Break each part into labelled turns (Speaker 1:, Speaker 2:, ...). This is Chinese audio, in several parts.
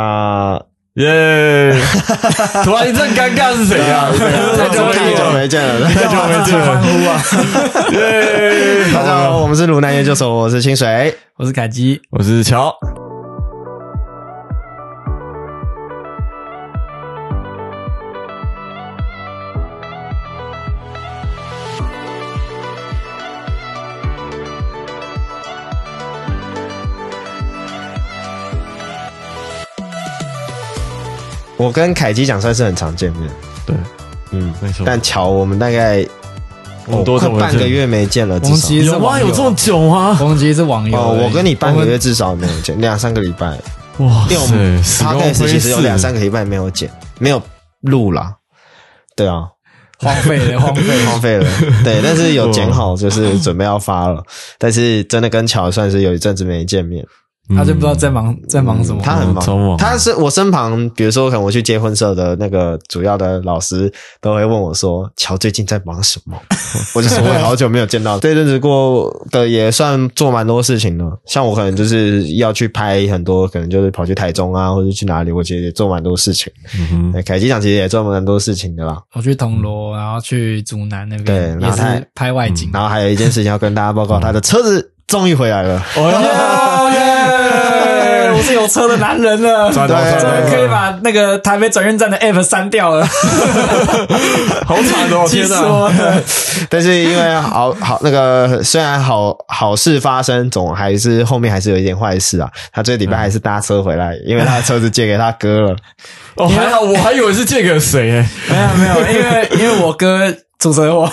Speaker 1: 那
Speaker 2: 耶！突然一阵尴尬是谁
Speaker 1: 啊
Speaker 2: 啊呀？
Speaker 1: 太
Speaker 2: 太久没
Speaker 1: 久没见了，
Speaker 2: 太久没见了，耶！
Speaker 1: 大 家好，我们是鲁南研究所，我是清水。
Speaker 3: 我是凯基，
Speaker 2: 我是乔。
Speaker 1: 我跟凯基讲算是很常见面，
Speaker 2: 对，
Speaker 1: 嗯，
Speaker 2: 没错
Speaker 1: 但乔我们大概哦
Speaker 2: 我们多久
Speaker 1: 快
Speaker 2: 没见
Speaker 1: 半个月没见了，
Speaker 3: 我
Speaker 1: 至
Speaker 3: 们
Speaker 1: 少
Speaker 3: 其实是
Speaker 2: 有
Speaker 3: 网
Speaker 2: 吗？
Speaker 3: 友
Speaker 1: 啊
Speaker 2: 有这么久吗？
Speaker 3: 我们其实是网友
Speaker 1: 哦
Speaker 3: 而已，，
Speaker 1: 我跟你半
Speaker 3: 我
Speaker 1: 个
Speaker 3: 们
Speaker 1: 月至少没有见，两三个礼拜。
Speaker 2: 哇
Speaker 1: 因为我
Speaker 2: 塞，
Speaker 1: 们
Speaker 2: 时光
Speaker 1: podcast
Speaker 2: 飞
Speaker 1: 其实有
Speaker 2: 逝
Speaker 1: 两三个礼拜没有剪，没有录啦。对啊，
Speaker 3: 荒废 了，荒废了
Speaker 1: 荒。废了。对，但是有剪好，就是准备要发了。但是真的跟乔算是有一阵子没见面，
Speaker 3: 他就不知道在忙在忙什
Speaker 1: 嗯
Speaker 3: 么，
Speaker 1: 他很
Speaker 2: 哦超
Speaker 1: 忙。
Speaker 2: 嗯忙
Speaker 1: 他是我身旁，比如说可能我去接婚社的那个主要的老师，都会问我说：“乔最近在忙什么？” 我就说：“我好久没有见到。”这阵子过的也算做蛮多事情的，像我可能就是要去拍很多，可能就是跑去台中啊，或者去哪里，我其实也做蛮多事情。
Speaker 2: 嗯哼
Speaker 1: 对凯基讲其实也做蛮多事情的啦。
Speaker 3: 我去铜锣，然后去竹南那
Speaker 1: 对
Speaker 3: 边，也
Speaker 1: 然后他
Speaker 3: 是拍外景。
Speaker 1: 然后还有一件事情要跟大家报告，他的车子终于回来了。
Speaker 3: 哦
Speaker 1: 嗯
Speaker 3: 耶我是有车的男人了，
Speaker 2: 赚到
Speaker 1: 对
Speaker 2: 赚
Speaker 3: 终
Speaker 2: 到
Speaker 3: 于可以把那个台北转运站的 app 删 掉了，
Speaker 2: 好惨哦！
Speaker 3: 气
Speaker 2: 天
Speaker 3: 死
Speaker 2: 哪！
Speaker 3: 我了！
Speaker 1: 但是因为好好那个，虽然好好事发生，总还是后面还是有一点坏事啊。他这礼拜还是搭车回来，因为他的车子借给他哥了。
Speaker 2: 哦，还好我还以为是借给谁 欸
Speaker 3: 没有没有，因为因为我哥出车
Speaker 1: 哦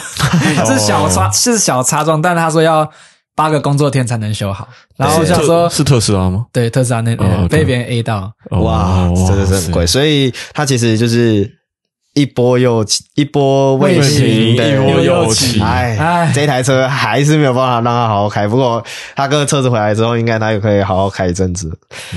Speaker 3: 祸，是小擦是小擦撞，但他说要八个工作天才能修好，然后我
Speaker 2: 是
Speaker 3: 想
Speaker 2: 特
Speaker 3: 说。
Speaker 2: 是特斯拉吗？
Speaker 3: 对特斯拉那、
Speaker 2: 哦，OK
Speaker 3: 被别人 A 到，
Speaker 2: 哦
Speaker 1: 哇，真的是很贵，。所以他其实就是一波又起一波未
Speaker 2: 未平
Speaker 1: 平的
Speaker 2: 一波
Speaker 3: 又
Speaker 2: 起
Speaker 1: 哎
Speaker 3: 哎，
Speaker 1: 这台车还是没有办法让他好好开。不过他哥车子回来之后，应该他也可以好好开一阵子。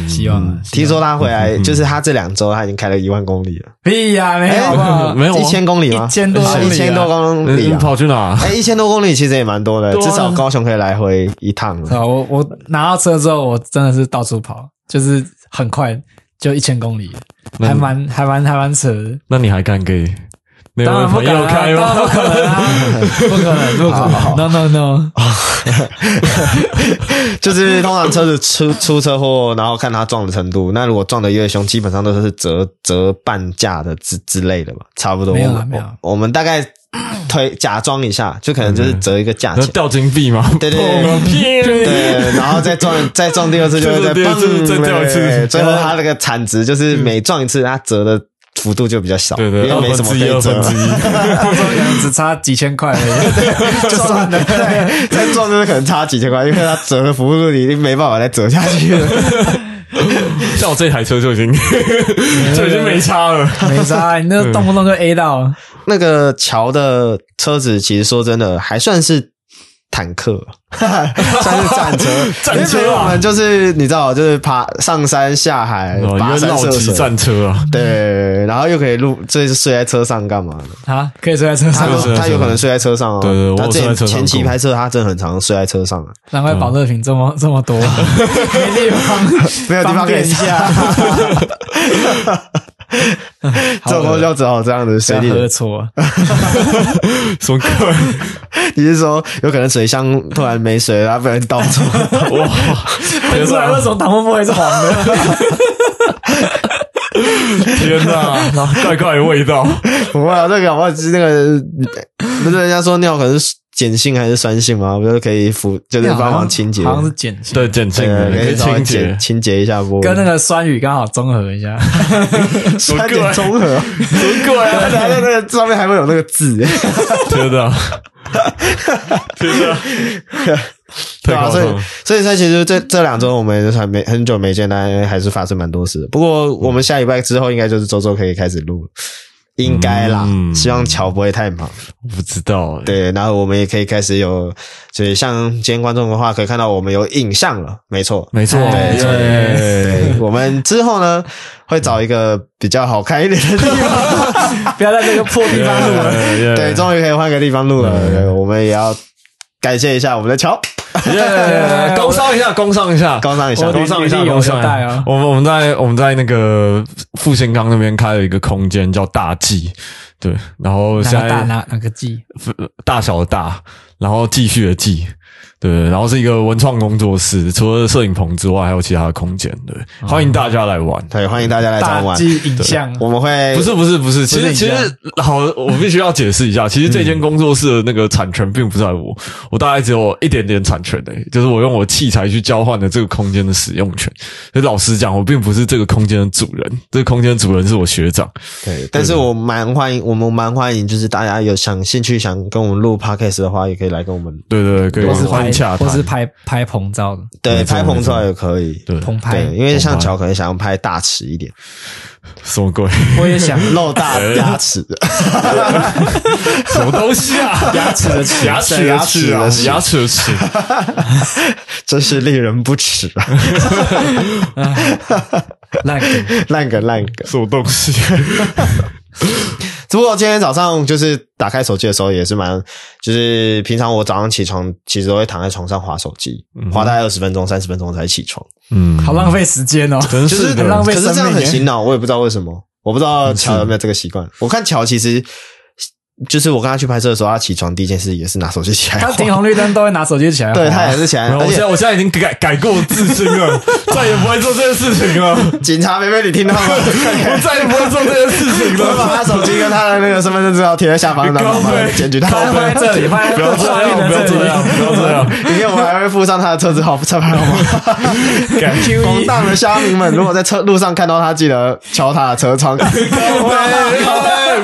Speaker 3: 希望啊，
Speaker 1: 听说他回来就是他这两周他已经开了一万公里了，
Speaker 3: 屁呀、没有好不好？
Speaker 2: 没有啊
Speaker 1: 一千公里吗？
Speaker 3: 一千多
Speaker 1: 啊
Speaker 3: 公里啊
Speaker 1: 一千多公
Speaker 2: 你
Speaker 1: 里
Speaker 2: 你
Speaker 1: 啊！
Speaker 2: 跑去哪？
Speaker 1: 哎，一千多公里其实也蛮多的，
Speaker 2: 对啊
Speaker 1: 至少高雄可以来回一趟了。
Speaker 3: 啊，我我拿到车之后，我真的是到处跑，就是很快就一千公里，
Speaker 2: 那
Speaker 3: 还蛮还蛮还蛮扯的。
Speaker 2: 那你还敢给那
Speaker 3: 当
Speaker 2: 位
Speaker 3: 然不
Speaker 2: 朋
Speaker 3: 可能
Speaker 2: 友
Speaker 3: 啊，
Speaker 2: 开吗？
Speaker 3: 当然不可能啊，不可 能，不可能，no no no，
Speaker 1: 就是通常车子出出车祸，然后看他撞的程度。那如果撞的越凶，基本上都是折折半价的之之类的吧，差不多。
Speaker 3: 没有啊
Speaker 1: 我们
Speaker 3: 没有啊
Speaker 1: 我我们大概推假装一下，就可能就是折一个价
Speaker 2: 那
Speaker 1: 钱。
Speaker 2: 掉金币吗？
Speaker 1: 对对对
Speaker 2: 砰
Speaker 3: 对
Speaker 1: 对，然后再撞再撞第二次就会再
Speaker 2: 就是第二次
Speaker 1: 蹦
Speaker 2: 再掉一次嗯
Speaker 1: 对对对最后它那个产值就是每撞一次它折的幅度就比较小，
Speaker 2: 对对，
Speaker 1: 因
Speaker 2: 二
Speaker 1: 为没什
Speaker 2: 分
Speaker 1: 么
Speaker 2: 之
Speaker 1: 可
Speaker 2: 一，二
Speaker 1: 以折
Speaker 2: 分
Speaker 1: 了
Speaker 2: 之，一。
Speaker 3: 到时候可能只差几千块而已，就算了。
Speaker 1: 对， 再撞就是可能差几千块，因为它折的幅度已经没办法再折下去了。
Speaker 2: 像我这台车就已经 就已经没差了。
Speaker 3: 没差，你那动不动就 A 到，
Speaker 1: 那个桥的车子其实说真的还算是。坦克 算是战车，
Speaker 2: 战车啊
Speaker 1: 因为我们就是你知道，就是爬上山下海，
Speaker 2: 哦，
Speaker 1: 跋
Speaker 2: 一个
Speaker 1: 山
Speaker 2: 绕
Speaker 1: 涉
Speaker 2: 级
Speaker 1: 水，
Speaker 2: 战车啊，
Speaker 1: 对，然后又可以录，这是睡在车上干嘛呢？
Speaker 3: 啊，可以睡在车
Speaker 1: 他
Speaker 3: 上
Speaker 2: 是，
Speaker 1: 有他有可能睡在车上哦。
Speaker 2: 对对我
Speaker 1: 他
Speaker 2: 有
Speaker 1: 之
Speaker 2: 睡在车
Speaker 1: 前
Speaker 2: 上
Speaker 1: 前期
Speaker 2: 过
Speaker 1: 拍摄，他真的很常睡在车上啊，
Speaker 3: 难怪保乐瓶这么这么多，没地方，
Speaker 1: 嗯 没有地方可以
Speaker 3: 一 下，
Speaker 1: 这种东西就只好这样子
Speaker 3: 不
Speaker 1: 随
Speaker 3: 要
Speaker 1: 地
Speaker 3: 喝
Speaker 1: 的。
Speaker 3: 错，
Speaker 2: 什么鬼？
Speaker 1: 你是说有可能水箱突然没水了，他不然倒错？
Speaker 2: 哇！天
Speaker 3: 出来为
Speaker 2: 哪！
Speaker 3: 什么挡风玻璃是黄的？
Speaker 2: 天哪！怪怪的味道。
Speaker 1: 不会啊，这个好像是那个不是人家说尿可能是碱性还是酸性吗？不是可以辅就是帮忙清洁，
Speaker 3: 好像是碱性，
Speaker 2: 对，减轻的，
Speaker 1: 对，可
Speaker 2: 可
Speaker 1: 以
Speaker 2: 以
Speaker 1: 稍微
Speaker 2: 清洁
Speaker 1: 解。清洁一下不？
Speaker 3: 跟那个酸雨刚好综合一下。
Speaker 1: 酸碱中和，
Speaker 2: 什么鬼啊？
Speaker 1: 而且还在那个上面还会有那个 字，
Speaker 2: 天 哪！天哪！
Speaker 1: 对
Speaker 2: 太
Speaker 1: 啊，
Speaker 2: 夸
Speaker 1: 所以
Speaker 2: 张了！
Speaker 1: 所以，他其实这这两周我们还没很久没见，但还是发生蛮多事的。不过我们下礼拜之后，应该就是周周可以开始录了，应该啦。
Speaker 2: 嗯
Speaker 1: 希望乔不会太忙。
Speaker 2: 我不知道。欸，
Speaker 1: 对，然后我们也可以开始有，就是像今天观众的话，可以看到我们有影像了，没错。
Speaker 2: 没错，
Speaker 3: 哎
Speaker 2: 耶
Speaker 1: 对，我们之后呢会找一个比较好看一点的地 方。
Speaker 3: 不要在这个破地方录了。
Speaker 2: 耶耶
Speaker 1: 对，终于可以换个地方录了。对我们也要感谢一下我们的乔。
Speaker 2: 耶！工商一下，工商一下，
Speaker 1: 高尚一下
Speaker 3: 我，
Speaker 2: 工商一下，
Speaker 3: 履历有
Speaker 2: 工商一
Speaker 3: 有带啊
Speaker 2: 下。我们我们在我们在那个复兴岗那边开了一个空间叫大记，对，然后现
Speaker 3: 哪个大
Speaker 2: 在
Speaker 3: 哪哪个记？
Speaker 2: 大小的大，然后继续的继，对，然后是一个文创工作室，除了摄影棚之外，还有其他的空间，对，欢迎大家来玩。
Speaker 1: 对，欢迎大家来找我
Speaker 3: 大
Speaker 1: 玩，
Speaker 3: 记影像，
Speaker 1: 我们会
Speaker 2: 不是不是不是，啊嗯其
Speaker 3: 不是
Speaker 2: 实
Speaker 3: 你
Speaker 2: 其实
Speaker 3: 家
Speaker 2: 好，我必须要解释一下，其实这间工作室的那个产权并不在我，我大概只有一点点产权诶、就是我用我器材去交换的这个空间的使用权。所以老实讲，我并不是这个空间的主人，这个空间的主人是我学长。
Speaker 1: 对，但是我蛮欢迎，我们蛮欢迎，就是大家有想兴趣想跟我们录 podcast 的话，也可以来跟我们
Speaker 2: 对对对，可以
Speaker 3: 或是
Speaker 2: 欢迎洽
Speaker 3: 拍，
Speaker 2: 谈
Speaker 3: 或。是拍拍膨照的
Speaker 1: 对
Speaker 2: 没错
Speaker 1: 拍棚照也可以，
Speaker 2: 对，
Speaker 3: 棚拍
Speaker 1: 对，，因为像
Speaker 2: 棚拍
Speaker 1: 巧可能想要拍大尺 一点，
Speaker 2: 什 么鬼？
Speaker 3: 我也想
Speaker 1: 露大牙齿，
Speaker 2: 什么东西啊？牙齿的齿，牙齿的齿啊，牙齿的齿。
Speaker 1: 真是令人不齿啊！
Speaker 3: 烂梗，
Speaker 1: 烂梗烂梗。
Speaker 2: 什么东 西？
Speaker 1: 只不过今天早上就是打开手机的时候也是蛮，就是平常我早上起床其实都会躺在床上划手机，划大概二十分钟、三十分钟才起床，
Speaker 2: 嗯，
Speaker 3: 好浪费时间哦，
Speaker 2: 真
Speaker 1: 就是是
Speaker 2: 的
Speaker 3: 很浪费
Speaker 1: 可是这样
Speaker 3: 生命
Speaker 1: 很
Speaker 3: 耶
Speaker 1: 洗脑，我也不知道为什么，我不知道乔有没有这个习惯。 我看乔其实就是我跟他去拍摄的时候，他起床第一件事也是拿手机起来
Speaker 3: 他
Speaker 1: 划，
Speaker 3: 停红绿灯都会拿手机起来，
Speaker 1: 对他也是起来，
Speaker 2: 没有
Speaker 1: 而
Speaker 2: 我现
Speaker 1: 且
Speaker 2: 在我现在已经改改过自新了， 再也不会做这件事情了，
Speaker 1: 警察没被你听到吗？
Speaker 2: 我再也不会做这件事情
Speaker 1: 我
Speaker 2: 了。
Speaker 1: 把他手机跟他的那个身份证资料贴在下方，然后
Speaker 2: 高飞
Speaker 1: 检举他。
Speaker 3: 他 放在这里，放在
Speaker 2: 不要这
Speaker 3: 上
Speaker 2: 样，
Speaker 3: 面
Speaker 2: 不要
Speaker 3: 的
Speaker 2: 这样，
Speaker 3: 里，
Speaker 2: 不要这样。
Speaker 1: 里面我们还会附上他的车子号、车牌号码。广大的虾民们，如果在车路上看到他，记得敲他的车窗。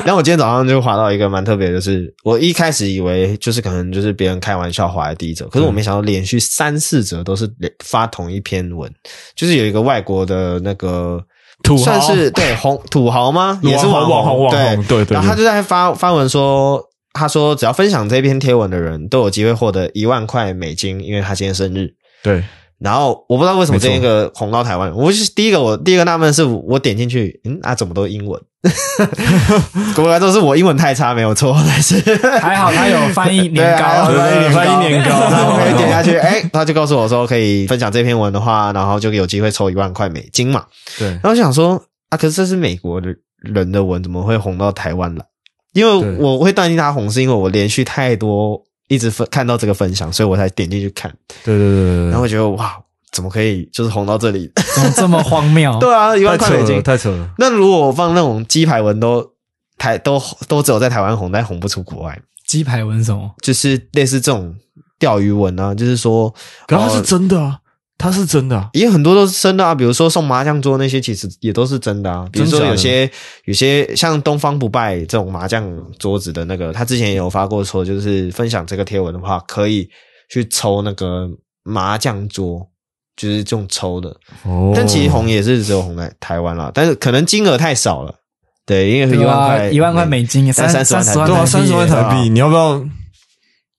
Speaker 1: 然后我今天早上就滑到一个蛮特别的，就是我一开始以为就是可能就是别人开玩笑滑的第一则，可是我没想到连续三四则都是连发同一篇文，就是有一个外国的那个。
Speaker 2: 土豪
Speaker 1: 算是对红土 豪吗？
Speaker 2: 网红
Speaker 1: 也是
Speaker 2: 网红
Speaker 1: 红，
Speaker 2: 网红对对对
Speaker 1: 然后他就在发发文说，他说只要分享这篇贴文的人都有机会获得一万块美金，因为他今天生日。
Speaker 2: 对，
Speaker 1: 然后我不知道为什
Speaker 2: 没
Speaker 1: 么
Speaker 2: 错
Speaker 1: 这个红到台湾，我就是第一个我第一个纳闷是我点进去，嗯啊怎么都英文， 果然都是我英文太差没有错，但是
Speaker 3: 还好他有翻译
Speaker 1: 对
Speaker 3: 年
Speaker 1: 啊
Speaker 3: 糕，啊
Speaker 2: 对
Speaker 1: 翻译年
Speaker 2: 翻译年
Speaker 1: 糕，
Speaker 2: 糕哦
Speaker 1: 然后我就点下去，哎，他就告诉我说可以分享这篇文的话，然后就有机会抽一万块美金嘛，
Speaker 2: 对
Speaker 1: 然，后我想说啊，可是这是美国的人的文，怎么会红到台湾来？因为
Speaker 2: 对
Speaker 1: 我会断定它红，是因为我连续太多一直分看到这个分享，所以我才点进去看，
Speaker 2: 对对对
Speaker 1: 然后我觉得哇，怎么可以就是红到这里？
Speaker 3: 怎么这么荒谬？
Speaker 1: 对啊，一万
Speaker 2: 对，
Speaker 1: 块美金。
Speaker 2: 太扯了。
Speaker 1: 那如果我放那种鸡排文都台都都只有在台湾红，但红不出国外，
Speaker 3: 鸡排文什么？
Speaker 1: 就是类似这种钓鱼文啊，就是说，
Speaker 2: 可他是
Speaker 1: 呃
Speaker 2: 真的啊，他是真的啊。
Speaker 1: 也很多都是真的啊，比如说送麻将桌那些，其实也都是真的啊。比如
Speaker 2: 真
Speaker 1: 说
Speaker 2: 假的
Speaker 1: 有些有些像东方不败这种麻将桌子的那个，他之前也有发过说，就是分享这个贴文的话，可以去抽那个麻将桌，就是这种抽的。
Speaker 2: 哦
Speaker 1: 但其实红也是只有红在台湾啦，但是可能金额太少了，对，因为一
Speaker 3: 对
Speaker 1: 万
Speaker 3: 啊
Speaker 1: 块
Speaker 3: 一万块美金，
Speaker 1: 三
Speaker 3: 三
Speaker 1: 三十万
Speaker 3: 三
Speaker 1: 台
Speaker 3: 十
Speaker 2: 对啊，
Speaker 1: 币
Speaker 3: 万
Speaker 2: 三
Speaker 3: 币
Speaker 2: 十万台币，你要不要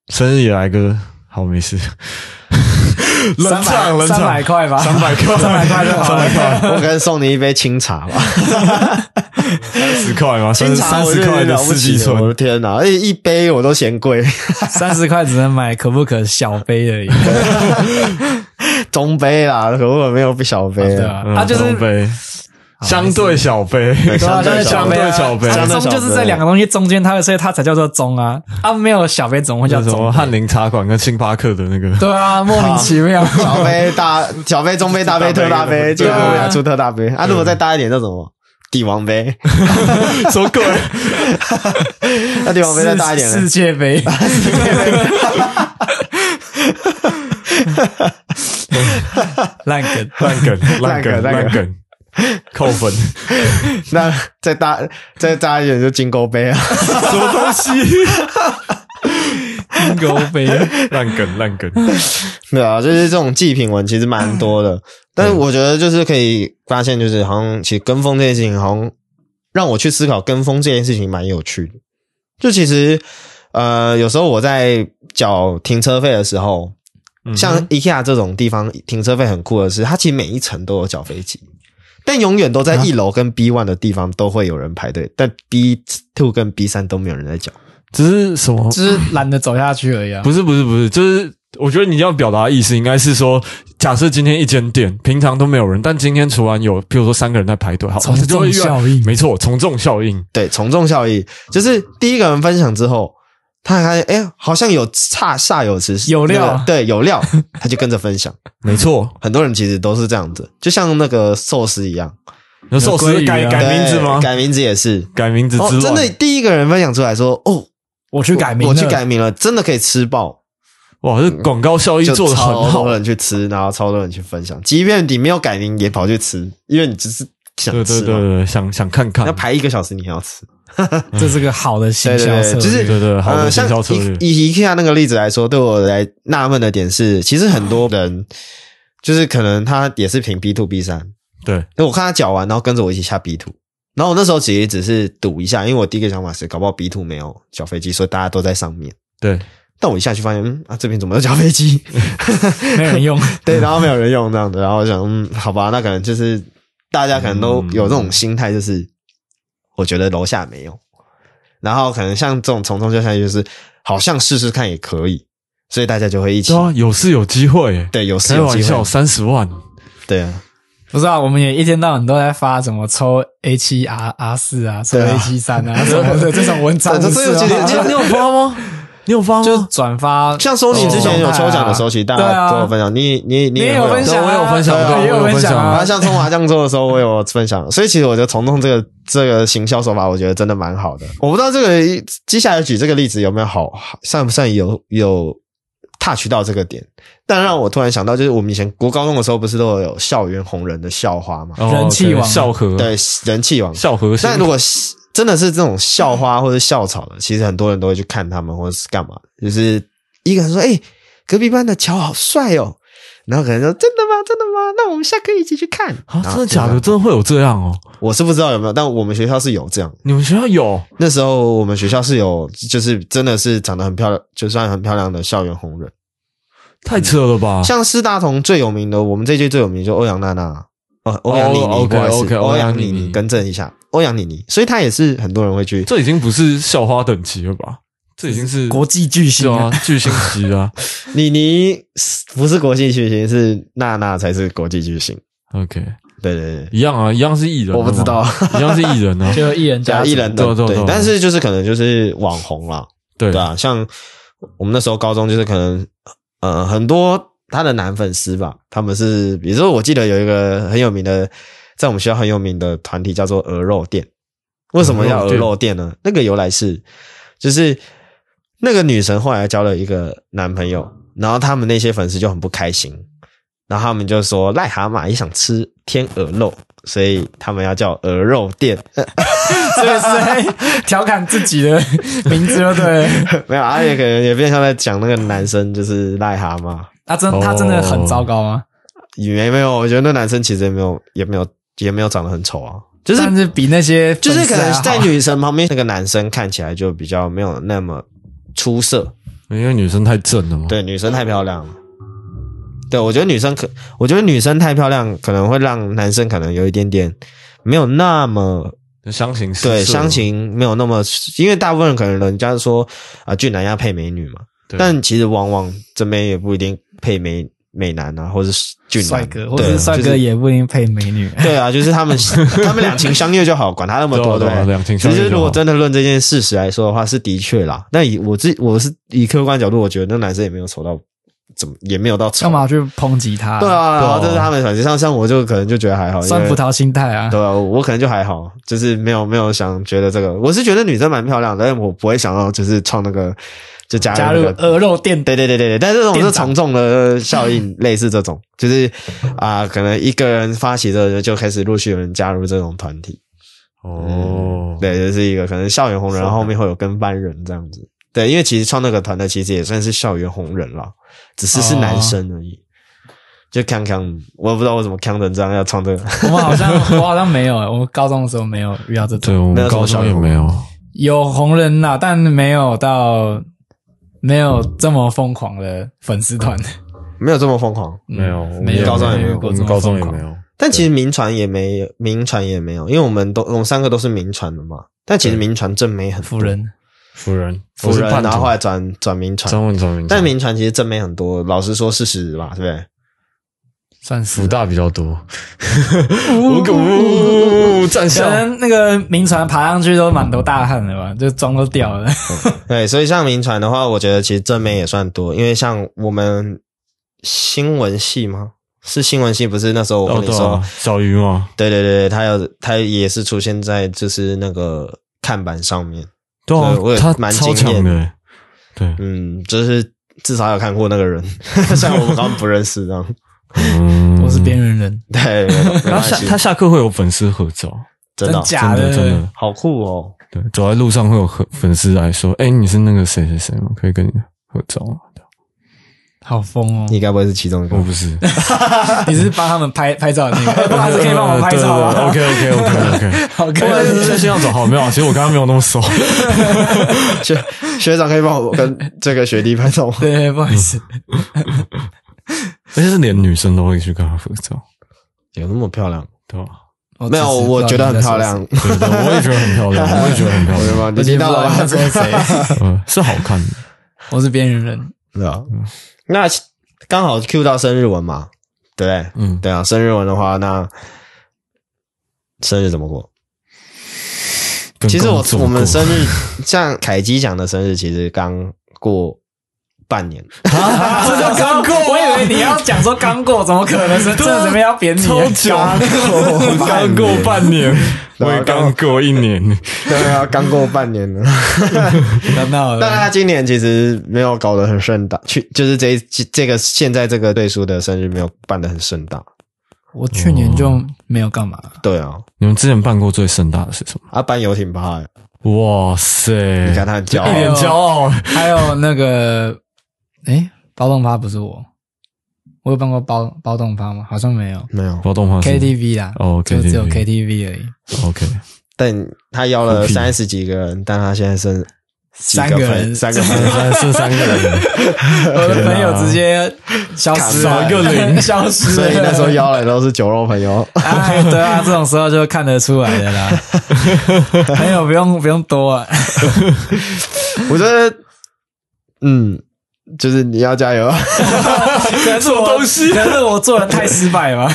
Speaker 2: 生日也来个？好，没 事。冷场，冷场，
Speaker 3: 三百块吧，
Speaker 2: 三百块，
Speaker 3: 三百块就好了。
Speaker 1: 我可能送你一杯清茶吧，
Speaker 2: 十块吗？
Speaker 1: 清
Speaker 2: 三
Speaker 1: 茶
Speaker 2: 三
Speaker 1: 我
Speaker 2: 十
Speaker 1: 觉得
Speaker 2: 块的
Speaker 1: 了不
Speaker 2: 四
Speaker 1: 起啊
Speaker 2: 季
Speaker 1: 了，我
Speaker 2: 春
Speaker 1: 的，天哪，而且一杯我都嫌贵，
Speaker 3: 三十块只能买可不可小杯而已，
Speaker 1: 啊中杯啦，可我没有小杯
Speaker 3: 对
Speaker 1: 啊。
Speaker 3: 啊，他就是
Speaker 2: 嗯中杯，相对小杯，
Speaker 1: 对啊就是
Speaker 2: 相对小杯，
Speaker 1: 相对小杯啊
Speaker 3: 中就是在两个东西中间，它所以它才叫做中啊啊，没有小杯怎么会叫
Speaker 2: 叫什么
Speaker 3: 中？
Speaker 2: 翰林茶馆跟星巴克的那个，
Speaker 3: 对啊，莫名其妙。
Speaker 1: 小杯大小杯中杯大杯特大杯，就
Speaker 2: 对
Speaker 1: 是
Speaker 2: 啊
Speaker 1: 我俩出特大杯。啊，如果再大一点叫什么？帝王杯，
Speaker 2: 什么鬼？
Speaker 1: 那啊帝王杯再大一点啊
Speaker 3: 世
Speaker 1: 呢？
Speaker 3: 界杯，烂梗，
Speaker 2: 烂梗，
Speaker 1: 烂
Speaker 2: 烂
Speaker 1: 梗
Speaker 2: 梗，
Speaker 1: 烂
Speaker 2: 烂梗，扣 分，
Speaker 1: 那再大再大一点就金钩杯啊！
Speaker 2: 什么东西？
Speaker 3: 金钩杯，
Speaker 2: 烂梗，烂梗，
Speaker 1: 对啊，就是这种祭品文其实蛮多的，但是我觉得就是可以发现，就是好像其实跟风这件事情，好像让我去思考跟风这件事情蛮有趣的。就其实呃，有时候我在缴停车费的时候，
Speaker 2: 嗯
Speaker 1: 像 IKEA 这种地方停车费很酷的是，它其实每一层都有缴费机，但永远都在一楼跟 B one 的地方都会有人排队，但 B two 跟 B 三都没有人在缴。
Speaker 2: 只是什么？
Speaker 3: 就是懒得走下去而已啊。
Speaker 2: 不是，不是，不是，就是我觉得你要表达的意思应该是说，假设今天一间店平常都没有人，但今天突然有，譬如说三个人在排队，好，
Speaker 3: 从
Speaker 2: 它就会越
Speaker 3: 众
Speaker 2: 来
Speaker 3: 效应
Speaker 2: 没错，从众效应，
Speaker 1: 对，从众效益
Speaker 2: 嗯
Speaker 1: 就是第一个人分享之后，他还哎、好像有差煞有其事，
Speaker 3: 有料
Speaker 1: 那个对，有料，他就跟着分享。
Speaker 2: 没错。
Speaker 1: 很多人其实都是这样子，就像那个寿司一样，
Speaker 2: 那寿司
Speaker 3: 有
Speaker 2: 改
Speaker 3: 规矩啊
Speaker 2: 改名字
Speaker 1: 对
Speaker 2: 吗？
Speaker 1: 改名字也是。
Speaker 2: 改名字
Speaker 1: 哦
Speaker 2: 之，乱，
Speaker 1: 真的，第一个人分享出来说，哦，
Speaker 3: 我去改名了，
Speaker 1: 我去改名了，真的可以吃爆，
Speaker 2: 哇，这广告效益
Speaker 1: 就
Speaker 2: 做的很
Speaker 1: 超
Speaker 2: 好
Speaker 1: 多，人去吃，然后超多人去分享，即便你没有改名也跑去吃，因为你只是想
Speaker 2: 对对
Speaker 1: 吃
Speaker 2: 对
Speaker 1: 嘛。
Speaker 2: 对，想想看看
Speaker 1: 要，排一个小时，你还要吃，
Speaker 3: 这是个好的行
Speaker 1: 对对
Speaker 3: 销
Speaker 1: 对，
Speaker 3: 策略，
Speaker 1: 就是
Speaker 2: 对对好的
Speaker 1: 呃
Speaker 2: 行
Speaker 1: 像
Speaker 2: 销策略
Speaker 1: 以以 IKEA 那个例子来说，对我来纳闷的点是，其实很多人就是可能他也是评 B two B 三，
Speaker 2: 对，
Speaker 1: 那我看他缴完，然后跟着我一起下 B two。然后我那时候其实只是赌一下，因为我第一个想法是，搞不好 B two 没有缴飞机，所以大家都在上面。
Speaker 2: 对，
Speaker 1: 但我一下去发现，嗯啊，这边怎么有缴飞机？
Speaker 3: 没人用，
Speaker 1: 对，然后没有人用这样子，然后我想，嗯，好吧，那可能就是大家可能都
Speaker 2: 嗯
Speaker 1: 有这种心态，就是、我觉得楼下没有，然后可能像这种从中就下就是好像试试看也可以，所以大家就会一起
Speaker 2: 对啊，有是有机会耶，
Speaker 1: 对有是
Speaker 2: 开
Speaker 1: 有
Speaker 2: 玩
Speaker 1: 机
Speaker 2: 笑，
Speaker 1: 会，
Speaker 2: 三十万，
Speaker 1: 对啊，
Speaker 3: 不知道、我们也一天到晚都在发怎么抽 A 七 R R 四啊，抽
Speaker 1: 对啊
Speaker 3: A 七三啊 什么的这种文章，
Speaker 1: 对
Speaker 3: 不是
Speaker 1: 这个
Speaker 3: 吗
Speaker 1: 其实
Speaker 2: 你有发吗？ 你有发吗？
Speaker 3: 就转发，
Speaker 1: 像
Speaker 2: 哦
Speaker 1: Sony 之前有抽奖的时候，其实大
Speaker 3: 对
Speaker 1: 家
Speaker 3: 啊
Speaker 1: 都有分享，你你你
Speaker 3: 你也
Speaker 1: 也
Speaker 3: 有
Speaker 1: 会
Speaker 3: 分享啊，
Speaker 2: 我有分享
Speaker 1: 对啊
Speaker 3: 也有分享
Speaker 1: 然后
Speaker 3: 啊，
Speaker 1: 像冲麻将桌的时候，我有分享，所以其实我觉得从众这个这个行销手法，我觉得真的蛮好的。我不知道这个接下来举这个例子有没有好，算不算有有 touch 到这个点？但让我突然想到，就是我们以前国高中的时候，不是都有校园红人的校花嘛？
Speaker 2: 哦
Speaker 3: 人气王
Speaker 2: 对校和，
Speaker 1: 对，人气王。
Speaker 2: 校和星，
Speaker 1: 但如果是真的是这种校花或者校草的，其实很多人都会去看他们，或者是干嘛，就是一个人说：“哎、隔壁班的乔好帅哦。”然后可能说：“真的吗？真的吗？那我们下课一起去看。”
Speaker 2: 啊，
Speaker 1: 然
Speaker 2: 真
Speaker 1: 后
Speaker 2: 的
Speaker 1: 就
Speaker 2: 假
Speaker 1: 这
Speaker 2: 的？
Speaker 1: 样？
Speaker 2: 真的会有这样哦？
Speaker 1: 我是不知道有没有，但我们学校是有这样。
Speaker 2: 你们学校有？
Speaker 1: 那时候我们学校是有，就是真的是长得很漂亮，就算很漂亮的校园红
Speaker 2: 哦
Speaker 1: 人，
Speaker 2: 太扯了吧！
Speaker 1: 像师大同最有名的，我们这一届最有名就欧阳娜娜。哦，欧阳妮
Speaker 2: 哦
Speaker 1: 妮，
Speaker 2: ，OK，
Speaker 1: 不好意思
Speaker 2: OK，
Speaker 1: 欧
Speaker 2: 欧阳
Speaker 1: 阳妮
Speaker 2: 妮
Speaker 1: 妮，
Speaker 2: 妮
Speaker 1: 更正一下，欧阳妮妮，所以她也是很多人会去
Speaker 2: 这已经不是校花等级了吧？这已经是
Speaker 3: 国际巨
Speaker 2: 是
Speaker 3: 星
Speaker 2: 啊
Speaker 3: 啊，，
Speaker 2: 巨星级啊。
Speaker 1: 妮妮不是国际巨星，是娜娜才是国际巨星。
Speaker 2: OK，
Speaker 1: 对对对，
Speaker 2: 一样啊，一样是艺人，
Speaker 1: 我不知道，
Speaker 2: 一样是艺人 啊。
Speaker 3: 哦就艺人家
Speaker 1: 加
Speaker 3: 族
Speaker 1: 艺人的
Speaker 2: 对啊对啊对啊
Speaker 1: 但是就是可能就是网红啦，
Speaker 2: 对
Speaker 1: 对啊，像我们那时候高中就是可能呃很多他的男粉丝吧，他们是比如说我记得有一个很有名的，在我们学校很有名的团体叫做鹅肉店。为什么叫嗯鹅肉店呢？那个由来是就是那个女神后来交了一个男朋友，然后他们那些粉丝就很不开心，然后他们就说癞蛤蟆也想吃天鹅肉，所以他们要叫鹅肉店。
Speaker 3: 所以 是在调侃自己的名字，对 不对？
Speaker 1: 没有，阿也可能也变相在讲那个男生就是癞蛤蟆。
Speaker 3: 他啊真他真的很糟糕啊吗？
Speaker 1: 也没有，我觉得那男生其实也没有，也没有，也没有长得很丑啊。
Speaker 3: 就是但是比那些
Speaker 1: 就
Speaker 3: 粉
Speaker 1: 是
Speaker 3: 丝啊
Speaker 1: 可能
Speaker 3: 还
Speaker 1: 在
Speaker 3: 好
Speaker 1: 女神旁边那个男生看起来就比较没有那么出色，
Speaker 2: 因为女生太正了嘛。
Speaker 1: 对，女生太漂亮了。对，我觉得女生可，我觉得女生太漂亮可能会让男生可能有一点点没有那么
Speaker 2: 对，相形失色
Speaker 1: 对相。情没有那么，因为大部分人可能人家说啊俊男要配美女嘛，
Speaker 2: 对
Speaker 1: 但其实往往这边也不一定配美美男啊，或者是俊男
Speaker 3: 帅哥，或
Speaker 1: 对啊
Speaker 3: 者是帅
Speaker 1: 就
Speaker 3: 哥也不一定配美女，
Speaker 1: 对啊，就是他们他们两情相悦就好，管他那么多，
Speaker 2: 对
Speaker 1: 对
Speaker 2: 啊对啊
Speaker 1: 不对
Speaker 2: 两情
Speaker 1: 其
Speaker 2: 相悦就好
Speaker 1: 实如果真的论这件事实来说的话，是的确啦。那以我自我是以客观角度，我觉得那男生也没有丑到怎么，也没有到丑
Speaker 3: 干。嘛去抨击他？
Speaker 1: 对，啊，然后
Speaker 2: 对啊
Speaker 1: 这是他们反正像像我就可能就觉得还好，因
Speaker 3: 酸
Speaker 1: 为
Speaker 3: 葡。萄心态啊
Speaker 1: 对。啊，我可能就还好，就是没有没有想觉得这个，我是觉得女生蛮漂亮的，但我不会想要就是创那个就加
Speaker 3: 加
Speaker 1: 入
Speaker 3: 入
Speaker 1: 那个
Speaker 3: 鹅肉店
Speaker 1: 啊对对对对对，但是这种是
Speaker 3: 店长
Speaker 1: 从众的效应，类似这种，就是啊、可能一个人发起之后，就开始陆续有人加入这种团体。
Speaker 2: 哦，
Speaker 1: 对，就是啊一个可能校园红人，然后后面会有跟班人这样子。对，因为其实创那个团的其实也算是校园红人啦，只是是男生而已。就康康，我也不知道为什么康成这样要创这个，
Speaker 3: 我们好像我好像没有、我们高中的时候没有遇到这
Speaker 2: 对，
Speaker 3: 种，
Speaker 2: 我
Speaker 1: 没有
Speaker 2: 们
Speaker 1: 什么
Speaker 2: 高
Speaker 1: 效
Speaker 2: 中也
Speaker 1: 果
Speaker 2: 没有。
Speaker 3: 有红人呐、但没有到没有这么疯狂的粉丝团，
Speaker 1: 没有这么疯狂。
Speaker 3: 嗯
Speaker 2: 没有，
Speaker 3: 没有，
Speaker 1: 高中也没有
Speaker 3: 遇
Speaker 2: 我
Speaker 3: 过这
Speaker 2: 们
Speaker 3: 么
Speaker 2: 高中也
Speaker 3: 疯狂
Speaker 2: 没有。
Speaker 1: 但其实民传也没有，民传也没有，因为我们都我们三个都是民传的嘛。但其实民传真没很多
Speaker 3: 嗯夫人，
Speaker 2: 辅仁，
Speaker 1: 辅仁
Speaker 2: 我是，叛徒
Speaker 1: 然后后来转转民传，
Speaker 2: 中文中文，
Speaker 1: 但民传其实正面很多，老实说事实吧，对不对？
Speaker 3: 算是
Speaker 2: 福大比较多，五个五战
Speaker 3: 可
Speaker 2: 校，
Speaker 3: 能那个民船爬上去都满头大汗了吧，就妆都掉
Speaker 1: 嗯
Speaker 3: 了。
Speaker 1: 对，所以像民传的话，我觉得其实正面也算多，因为像我们新闻系吗？是新闻系，不是那时候我
Speaker 2: 哦
Speaker 1: 跟你
Speaker 2: 对
Speaker 1: 说，
Speaker 2: 啊，小鱼嘛，
Speaker 1: 对对对对，他有他也是出现在就是那个看板上面，
Speaker 2: 对啊
Speaker 1: 对我，也
Speaker 2: 他
Speaker 1: 蛮
Speaker 2: 超
Speaker 1: 惊
Speaker 2: 强
Speaker 1: 艳
Speaker 2: 的，对，
Speaker 1: 嗯，就是至少有看过那个人， 像我们刚不认识这样。
Speaker 2: 嗯
Speaker 3: 我是边缘人，
Speaker 1: 对，没没
Speaker 2: 然
Speaker 1: 关
Speaker 2: 后下
Speaker 1: 系，
Speaker 2: 他下课会有粉丝合照，
Speaker 1: 真的哦
Speaker 3: 假
Speaker 2: 真的真的，
Speaker 1: 好酷哦。
Speaker 2: 对，走在路上会有合粉丝来说，哎，你是那个谁谁谁吗？可以跟你合照吗？
Speaker 3: 好疯哦！
Speaker 1: 你该不会是其中一个
Speaker 2: 我？不是，
Speaker 3: 你是帮他们拍拍照的那 个，哎不好意思，可以帮
Speaker 2: 呃
Speaker 3: 我拍照吗
Speaker 2: ？OK OK OK OK。
Speaker 3: 好看，
Speaker 2: 但是先要找好没有？啊其实我刚刚没有那么熟，
Speaker 1: 学学长可以帮我跟这个学弟拍照吗？
Speaker 3: 对，不好意思，
Speaker 2: 而且是连女生都会去跟他合照，
Speaker 1: 有那么漂亮？
Speaker 2: 对吧？
Speaker 3: 我
Speaker 1: 没有，
Speaker 3: 只是
Speaker 1: 我觉得很漂亮。。
Speaker 2: 对对，我也觉得很漂 亮，我也觉得很漂
Speaker 1: 对
Speaker 2: 亮，
Speaker 1: 吗？你
Speaker 3: 不知
Speaker 1: 听到
Speaker 3: 道
Speaker 1: 了
Speaker 3: 我
Speaker 1: 吗
Speaker 3: 在？说谁，
Speaker 2: 嗯，是好看的。
Speaker 3: 我是边缘人，
Speaker 1: 对啊。那刚好 Q 到生日文嘛，对不对？
Speaker 2: 嗯，
Speaker 1: 对啊，生日文的话，那生日怎么过？
Speaker 2: 跟
Speaker 1: 其实我
Speaker 2: 公主
Speaker 1: 我们
Speaker 2: 过
Speaker 1: 生日， 像凯基讲的生日，其实刚过半年。
Speaker 3: 这叫刚过。我以为你要讲说刚过，怎么可能是？这
Speaker 2: 啊
Speaker 3: 怎么要扁你？
Speaker 2: 超久， 刚
Speaker 1: 刚
Speaker 2: 过
Speaker 1: 过啊
Speaker 2: 半 年，我
Speaker 1: 我
Speaker 2: 也
Speaker 1: 也
Speaker 2: 刚
Speaker 1: 刚
Speaker 2: 过一年。
Speaker 1: 对啊，刚过半年了。
Speaker 3: 不要 闹
Speaker 1: 但
Speaker 3: 了。
Speaker 1: 他今年其实没有搞得很盛大，去就是这一这个现在这个对数的生日没有办得很盛大。
Speaker 3: 我去年就没有干嘛，
Speaker 1: 对啊，
Speaker 2: 你们之前办过最盛大的是什
Speaker 1: 啊办游艇趴，
Speaker 2: 么？哇塞！
Speaker 1: 你看他很骄
Speaker 2: 一脸
Speaker 1: 傲，
Speaker 2: 骄傲，
Speaker 3: 还有那个，哎，包动趴不是我，我有办过包包动趴吗？好像没有
Speaker 1: 没有，
Speaker 2: 活动方式。
Speaker 3: ，KTV 啦，
Speaker 2: 哦
Speaker 3: 就只有
Speaker 2: KTV
Speaker 3: KTV 而已，
Speaker 2: OK，
Speaker 1: 但他邀
Speaker 2: 狗
Speaker 1: 了
Speaker 2: 屁
Speaker 1: 三十几个人，但他现在 剩几
Speaker 3: 三个
Speaker 1: 朋
Speaker 3: 人
Speaker 1: 三个朋友，
Speaker 2: 三是三个人，
Speaker 3: 我的朋友直接消失了，
Speaker 1: 砍半
Speaker 2: 一个零
Speaker 3: 消失了。
Speaker 1: 所以那时候邀来都是酒肉朋友。
Speaker 3: 哎，对啊，这种时候就看得出来的 啦。朋友不用不用多啊，
Speaker 1: 我觉得，嗯，就是你要加油。
Speaker 3: 可能是我
Speaker 2: 东西
Speaker 3: 可能是我做人太失败 吧。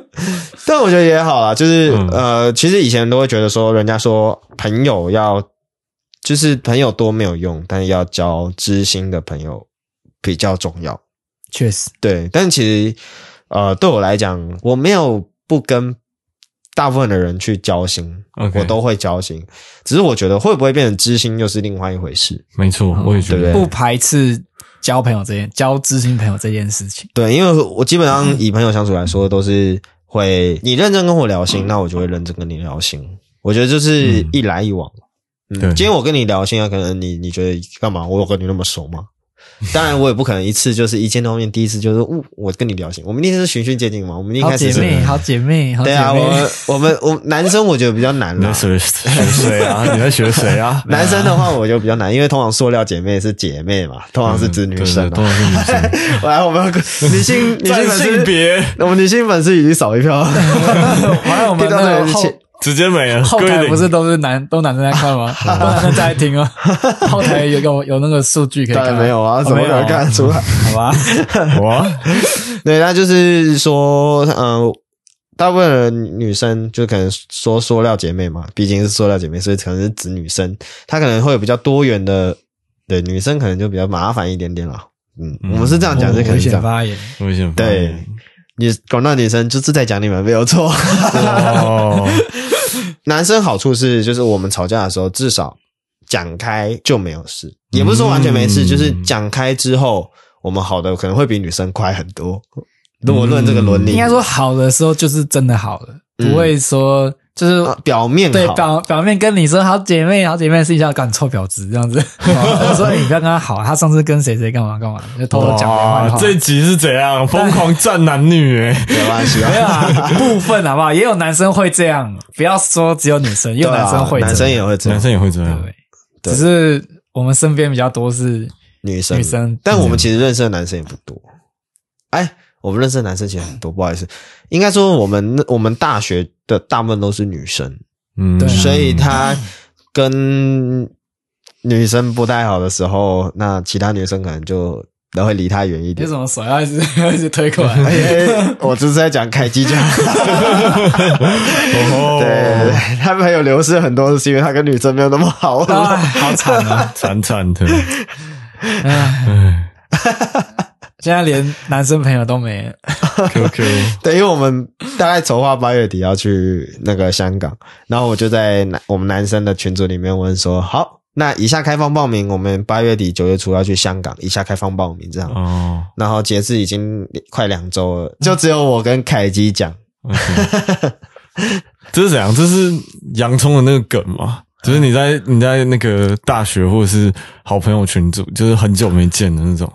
Speaker 1: 但我觉得也好啦，就是、
Speaker 2: 嗯
Speaker 1: 呃，其实以前都会觉得说，人家说朋友要就是朋友多没有用，但要交知心的朋友比较重要。
Speaker 3: 确实，
Speaker 1: 对，但其实呃，对我来讲，我没有不跟大部分的人去交心
Speaker 2: OK
Speaker 1: 我都会交心。只是我觉得会不会变成知心，又是另外一回事。
Speaker 2: 没错，我也觉
Speaker 1: 对
Speaker 2: 得
Speaker 1: 不对
Speaker 3: 不排斥交朋友这件交知心朋友这件事情。
Speaker 1: 对，因为我基本上以朋友相处来说，都是会你认真跟我聊心，那我就会认真跟你聊心。我觉得就是
Speaker 2: 嗯
Speaker 1: 一来一往。嗯
Speaker 2: 对
Speaker 1: 今天我跟你聊心啊，可能你你觉得干嘛？我有跟你那么熟吗？ 当然，我也不可能一次就是一见到面，第一次就是，哦、我跟你聊心。我们一定是循序渐进嘛，我们一
Speaker 3: 好
Speaker 1: 开始
Speaker 3: 姐
Speaker 1: 是
Speaker 3: 妹，好姐妹，好姐
Speaker 1: 对
Speaker 3: 妹。
Speaker 1: 啊，我们我们我男生我觉得比较难
Speaker 2: 你在
Speaker 1: 啦，
Speaker 2: 学学谁啊？你在学谁啊？
Speaker 1: 男生的话我就比较难，因为通常塑料姐妹是姐妹嘛，通常是指女生
Speaker 2: 对对都
Speaker 1: 啊。
Speaker 2: 是女 生，
Speaker 1: 来，我们女性女性粉
Speaker 2: 占性
Speaker 1: 丝，
Speaker 2: 别
Speaker 1: 我们女性粉丝已经少一票，
Speaker 3: 完了，我们
Speaker 1: 听到这
Speaker 3: 那
Speaker 1: 个
Speaker 3: 个
Speaker 1: 是
Speaker 3: 后
Speaker 1: 前
Speaker 2: 直接没了。
Speaker 3: 后
Speaker 2: 归
Speaker 3: 台
Speaker 2: 零
Speaker 3: 不是都是男都男生在 看吗？都男生在听哦。后台有有有那个数据可以
Speaker 1: 当
Speaker 3: 看
Speaker 1: 然
Speaker 3: 吗，
Speaker 1: 没有啊，
Speaker 3: 哦
Speaker 1: 怎么可能看得？出 来？
Speaker 3: 没有好吧，
Speaker 2: 哇，
Speaker 1: 对，那就是说，嗯。大部分的女生就可能说塑料姐妹嘛，毕竟是塑料姐妹，所以可能是指女生。她可能会有比较多元的，对女生可能就比较麻烦一点点啦。嗯，
Speaker 2: 嗯
Speaker 1: 我们是这样讲，就可能
Speaker 3: 危
Speaker 1: 是这
Speaker 3: 险
Speaker 1: 样。
Speaker 3: 发言。
Speaker 2: 危险！
Speaker 3: 嗯
Speaker 1: 对你广大女生就是在讲你们没有错。
Speaker 2: 哦，
Speaker 1: 男生好处是，就是我们吵架的时候，至少讲开就没有事，也不是说完全没事，
Speaker 2: 嗯
Speaker 1: 就是讲开之后，我们好的可能会比女生快很多。如果论这个伦理，
Speaker 3: 应该说好的时候就是真的好了，
Speaker 1: 嗯
Speaker 3: 不会说就是、
Speaker 1: 啊表面
Speaker 3: 对
Speaker 1: 好，
Speaker 3: 表表面跟你说好姐妹好姐妹是一下干臭婊子这 样子，我说哎你不要跟他好，啊他上次跟谁谁干嘛干嘛，就偷偷讲别
Speaker 1: 哦
Speaker 3: 人坏
Speaker 2: 哇
Speaker 3: 话。
Speaker 2: 这一集是怎样疯狂站男女？哎，
Speaker 1: 没关系
Speaker 3: 没有
Speaker 1: 啊。
Speaker 3: 啊，部分好不好？也有男生会这样，不要说只有女生， 也有
Speaker 1: 对啊
Speaker 3: 男生会这样，
Speaker 1: 男生也会嗯这
Speaker 2: 男
Speaker 1: 样，
Speaker 2: 生也会这样，
Speaker 3: 对，只是我们身边比较多是
Speaker 1: 女生
Speaker 3: 女生
Speaker 1: 但我们其实认识的男生也不多。哎，我们认识的男生其实很多，不好意思，应该说我们我们大学的大部分都是女生，
Speaker 2: 嗯
Speaker 3: 对啊
Speaker 1: 所以他跟女生不太好的时候，那其他女生可能 就都会离他远一
Speaker 3: 你
Speaker 1: 点。
Speaker 3: 怎么手要一直 要一直推过
Speaker 1: 哎
Speaker 3: 来？
Speaker 1: 哎我就是在讲开机这样，
Speaker 2: 哦，
Speaker 1: 对，他朋友流失很多是因为他跟女生没有那么好。
Speaker 2: 哦
Speaker 3: 哎，好惨啊！
Speaker 2: 惨惨 的，
Speaker 3: 哎
Speaker 2: 哎
Speaker 3: 现在连男生朋友都没了。
Speaker 2: ，QQ，
Speaker 1: 对，因为我们大概筹划八月底要去那个香港，然后我就在男我们男生的群组里面问说，好，那以下开放报名，我们八月底九月初要去香港，以下开放报名这样。
Speaker 2: 哦
Speaker 1: 然后截至已经快两周了，就只有我跟凯基讲，
Speaker 2: ，OK 这是怎样？这是洋葱的那个梗吗？就是你在你在那个大学或者是好朋友群组，就是很久没见的那种，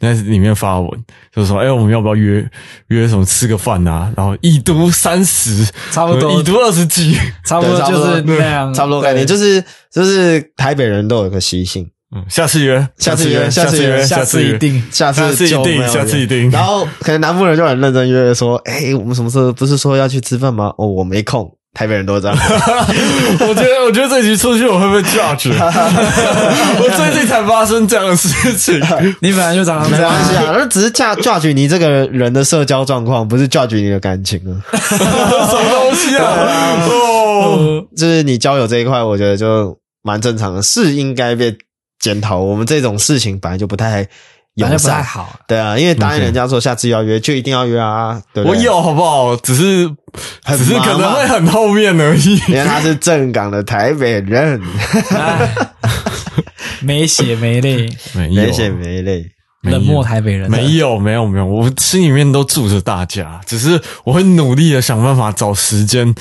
Speaker 2: 你在里面发文，就说：“哎、我们要不要约约什么吃个饭啊？”然后已读三十，
Speaker 3: 差不多
Speaker 2: 已读二十几，
Speaker 3: 差不多
Speaker 1: 对差不
Speaker 3: 就
Speaker 1: 多
Speaker 3: 是那样，
Speaker 1: 差不多概念，
Speaker 3: 对
Speaker 1: 就是就是台北人都有个习性，
Speaker 2: 嗯，下次约，
Speaker 1: 下次约
Speaker 2: 下次约，
Speaker 3: 下次一定
Speaker 1: 下
Speaker 2: 下次一
Speaker 1: 就
Speaker 2: 定
Speaker 1: 没有
Speaker 2: 下次
Speaker 1: 约
Speaker 2: 一定
Speaker 1: 然后可能南部人就很认真约说，哎、我们什么时候不是说要去吃饭吗？哦，我没空。台北人都这 样，
Speaker 2: 我觉得，我觉得这集出去我会被 judge。我最近才发生这样的事情，
Speaker 3: 你本来就长得
Speaker 1: 没
Speaker 3: 这
Speaker 1: 关系
Speaker 3: 样，
Speaker 1: 啊，那只是 judge judge 你这个人的社交状况，不是 judge 你的感情啊。
Speaker 2: 什么东西啊？哦，
Speaker 1: 就是你交友这一块，我觉得就蛮正常的，是应该被检讨。我们这种事情本来就不太友
Speaker 3: 感觉不太
Speaker 1: 善，
Speaker 3: 好。
Speaker 1: 对啊，因为答应人家说下次要约，就一定要约啊，对不
Speaker 2: 我
Speaker 1: 对？
Speaker 2: 有好不好？只是，
Speaker 1: 很忙啊
Speaker 2: 只是可能会很后面而已。
Speaker 1: 因为他是正港的台北人，
Speaker 3: 哎， 没血没泪，
Speaker 2: 没
Speaker 1: 没啊血没泪。
Speaker 2: 没有
Speaker 3: 冷漠台北人，
Speaker 2: 没有，没有，没有，我心里面都住着大家，只是我会努力的想办法找时间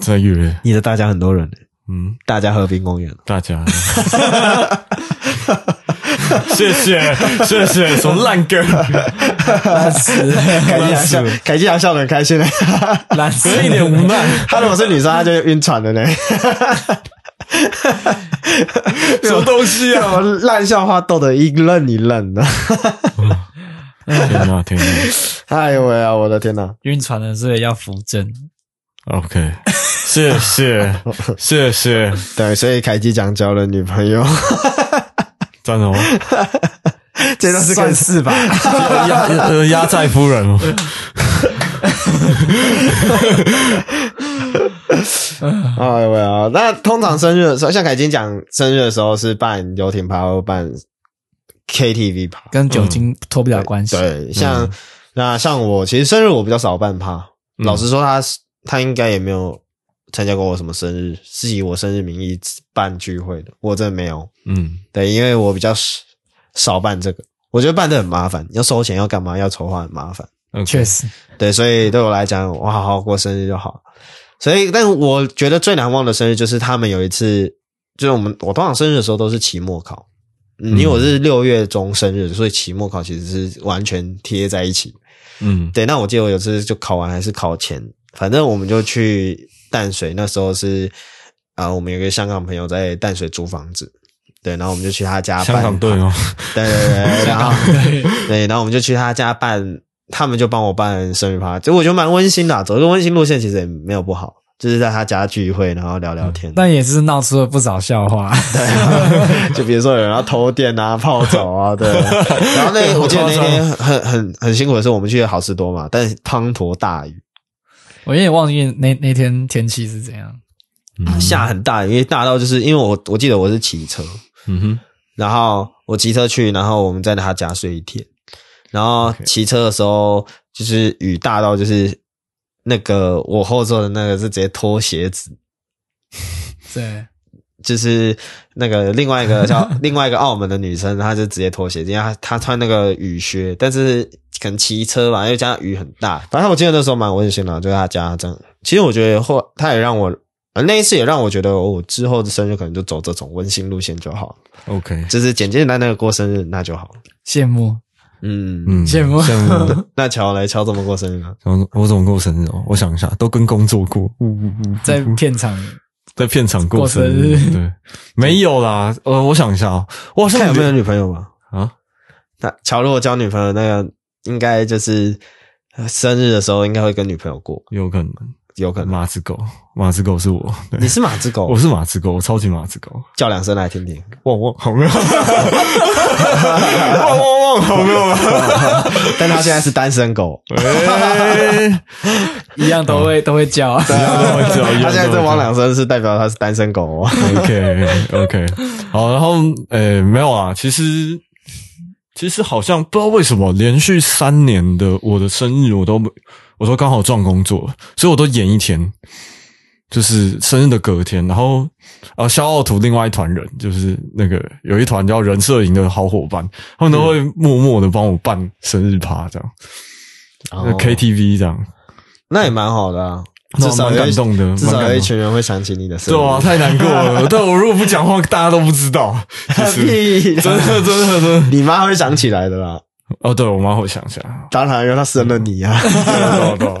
Speaker 2: 再约。
Speaker 1: 你的大家很多人，
Speaker 2: 嗯，
Speaker 1: 大家和平公园，
Speaker 2: 大家，谢谢，谢谢，什么烂梗？
Speaker 3: 烂死，
Speaker 1: 凯基还笑
Speaker 2: 乱死，
Speaker 1: 凯基还啊笑得很开心嘞。
Speaker 3: 烂死，
Speaker 2: 有一点无奈。
Speaker 1: 他如果是女生，他就晕船了呢。
Speaker 2: 什么东西啊？
Speaker 1: 我烂笑话逗得一愣一愣的。
Speaker 2: 天哪，天哪
Speaker 1: 哎呦喂啊！我的天哪！
Speaker 3: 晕船了，所以要扶正。
Speaker 2: ！OK，谢谢，谢谢，
Speaker 1: 对，所以凯基讲交了女朋 友，
Speaker 2: 赞同。
Speaker 1: 这段是
Speaker 3: 算
Speaker 1: 跟
Speaker 3: 是吧，
Speaker 2: 压呃压寨夫人吗？
Speaker 1: 哎呦喂啊！那通常生日的时候，像凯金讲生日的时候是办游艇趴或办 KTV 趴，
Speaker 3: 跟酒精脱不了关系。
Speaker 1: 嗯对，像、那像我其实生日我比较少办趴，
Speaker 2: 嗯
Speaker 1: 老实说他是他应该也没有参加过我什么生日，是以我生日名义办聚会的，我真的没有。
Speaker 2: 嗯，
Speaker 1: 对，因为我比较少少办这个，我觉得办的很麻烦，要收钱要干嘛要筹划很麻烦。
Speaker 3: 确实，
Speaker 1: 对，所以对我来讲，我好好过生日就好。所以，但我觉得最难忘的生日就是他们有一次，就是我们我通常生日的时候都是期末考，嗯因为我是六月中生日，所以期末考其实是完全贴在一起。
Speaker 2: 嗯
Speaker 1: 对，那我记得我有次就考完还是考前，反正我们就去淡水，那时候是啊、我们有一个香港朋友在淡水租房子，对，然后我们就去他家
Speaker 2: 嗯
Speaker 1: 办
Speaker 2: 香港队哦吗？
Speaker 1: 对对对，然 后
Speaker 3: 对，
Speaker 1: 对，然后我们就去他家办，他们就帮我办生日趴，结果我觉得蛮温馨的啊、走一个温馨路线其实也没有不好，就是在他家聚会，然后聊聊天。
Speaker 2: 嗯
Speaker 3: 但也是闹出了不少笑话。
Speaker 1: 就比如说有人要偷电啊、泡澡啊，对。然后那我记得那天很很很辛苦的是，我们去了好事多嘛，但是滂沱大雨，
Speaker 3: 我有点忘记那那天天气是怎样。
Speaker 2: 嗯
Speaker 1: 下很大雨，因为大到就是因为我我记得我是骑车，
Speaker 2: 嗯哼，
Speaker 1: 然后我骑车去，然后我们在他家睡一天。然后
Speaker 2: OK
Speaker 1: 骑车的时候，就是雨大到就是那个我后座的那个是直接脱鞋子，
Speaker 3: 对，
Speaker 1: 就是那个另外一个叫另外一个澳门的女生，她就直接脱鞋子，因为她她穿那个雨靴，但是可能骑车吧，因为加上雨很大。反正我记得那时候蛮温馨的，就在她家这样。其实我觉得后她也让我。呃那一次也让我觉得，哦我之后的生日可能就走这种温馨路线就好了，
Speaker 2: ，OK，
Speaker 1: 就是简简单单的过生日那就好了。
Speaker 3: 羡慕
Speaker 1: 嗯，
Speaker 2: 嗯，
Speaker 3: 羡慕
Speaker 2: 羡慕。
Speaker 1: 那乔嘞，乔怎么过生日啊呢？
Speaker 2: 然后我怎么过生日哦？我想一下，都跟工作过，嗯
Speaker 3: 在片场
Speaker 2: 在片场过生
Speaker 3: 过
Speaker 2: 日
Speaker 3: 生，日
Speaker 2: 对，没有啦。呃，我想一下哦，我好像
Speaker 1: 看有没有女朋友吧。
Speaker 2: 啊？
Speaker 1: 那乔如果交女朋友，那个应该就是呃生日的时候应该会跟女朋友过。
Speaker 2: 有可能，
Speaker 1: 有可能。
Speaker 2: 马子狗，马子狗是我，对
Speaker 1: 你是马子狗
Speaker 2: 我，是马子狗，我超级马子狗，
Speaker 1: 叫两声来听听。
Speaker 2: 汪汪，好没有？汪汪汪，好没有？
Speaker 1: 但他现在是单 身狗，
Speaker 2: 哎，
Speaker 3: 一样都会都会叫。
Speaker 2: 我知道
Speaker 1: 啊他现在这汪两声是代表他是单身狗哦。
Speaker 2: OK OK，好，然后呃，没有啊，其实其实好像不知道为什么，连续三年的我的生日我都我都刚好撞工作，所以我都演一天，就是生日的隔天，然后啊，肖奥图另外一团人，就是那个有一团叫人摄影的好伙伴，他们都会默默的帮我办生日趴这样、
Speaker 3: 哦
Speaker 2: 呃 KTV 这样，
Speaker 1: 哦那也蛮好的啊，
Speaker 2: 那
Speaker 1: 至少
Speaker 2: 蛮
Speaker 1: 有一
Speaker 2: 感动的
Speaker 1: 至
Speaker 2: 蛮
Speaker 1: 少
Speaker 2: 感
Speaker 1: 有一
Speaker 2: 动
Speaker 1: 群人会想起你的生
Speaker 2: 对
Speaker 1: 日。
Speaker 2: 啊，太难过 了。但我如果不讲话，大家都不知道。啊 其实
Speaker 1: 屁啦
Speaker 2: 真的真的真的。
Speaker 1: 你妈会想起来的啦。
Speaker 2: 哦，对我妈会想起来。
Speaker 1: 当然，因为她生了你啊。
Speaker 2: 对啊对啊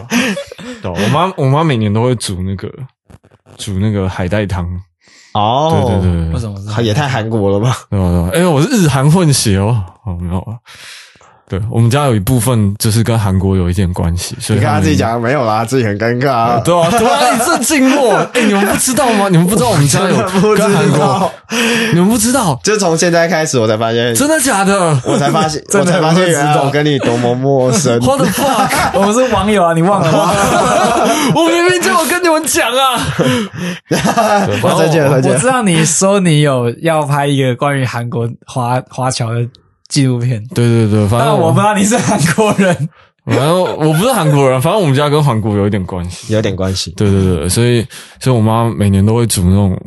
Speaker 2: 对啊，我妈我妈每年都会煮那个煮那个海带汤。
Speaker 1: 哦
Speaker 2: 对对对
Speaker 3: 为
Speaker 2: 对
Speaker 3: 什
Speaker 2: 对
Speaker 3: 么是
Speaker 1: 啊也太韩国了吧？
Speaker 2: 对啊对啊。哎，我是日韩混血哦。哦，没有啊。对我们家有一部分就是跟韩国有一点关系，所以
Speaker 1: 你看她
Speaker 2: 们
Speaker 1: 自己。讲没有啦，自己很尴尬
Speaker 2: 啊
Speaker 1: 啊。
Speaker 2: 对啊，对啊，一阵静 默。哎，你们不知道吗？你们不知道 我们家有
Speaker 1: 不
Speaker 2: 跟韩
Speaker 1: 知
Speaker 2: 国？
Speaker 1: 道，
Speaker 2: 你们不知道？
Speaker 1: 就从现在开始，我才发现，
Speaker 2: 真的假的？
Speaker 1: 我才发现，我
Speaker 3: 真的
Speaker 1: 才发现
Speaker 3: 不知
Speaker 1: 原来
Speaker 3: 道
Speaker 1: 我跟你多么陌生。
Speaker 2: 我的 fuck！
Speaker 3: 我们是网友啊，你忘了吗？
Speaker 2: 我明明就有跟你们讲啊！
Speaker 1: 我 再见，再
Speaker 3: 哦我
Speaker 1: 见
Speaker 3: 知。道你说你有要拍一个关于韩国华华侨的纪录片，
Speaker 2: 对对对，
Speaker 1: 哦
Speaker 2: 反
Speaker 3: 但
Speaker 2: 正
Speaker 3: 我不知道你是韩国 人。
Speaker 2: 反正我不是韩国人，反正我们家跟韩国有一点关系。
Speaker 1: 有点关系，
Speaker 2: 对对对，所以所以我妈每年都会煮那种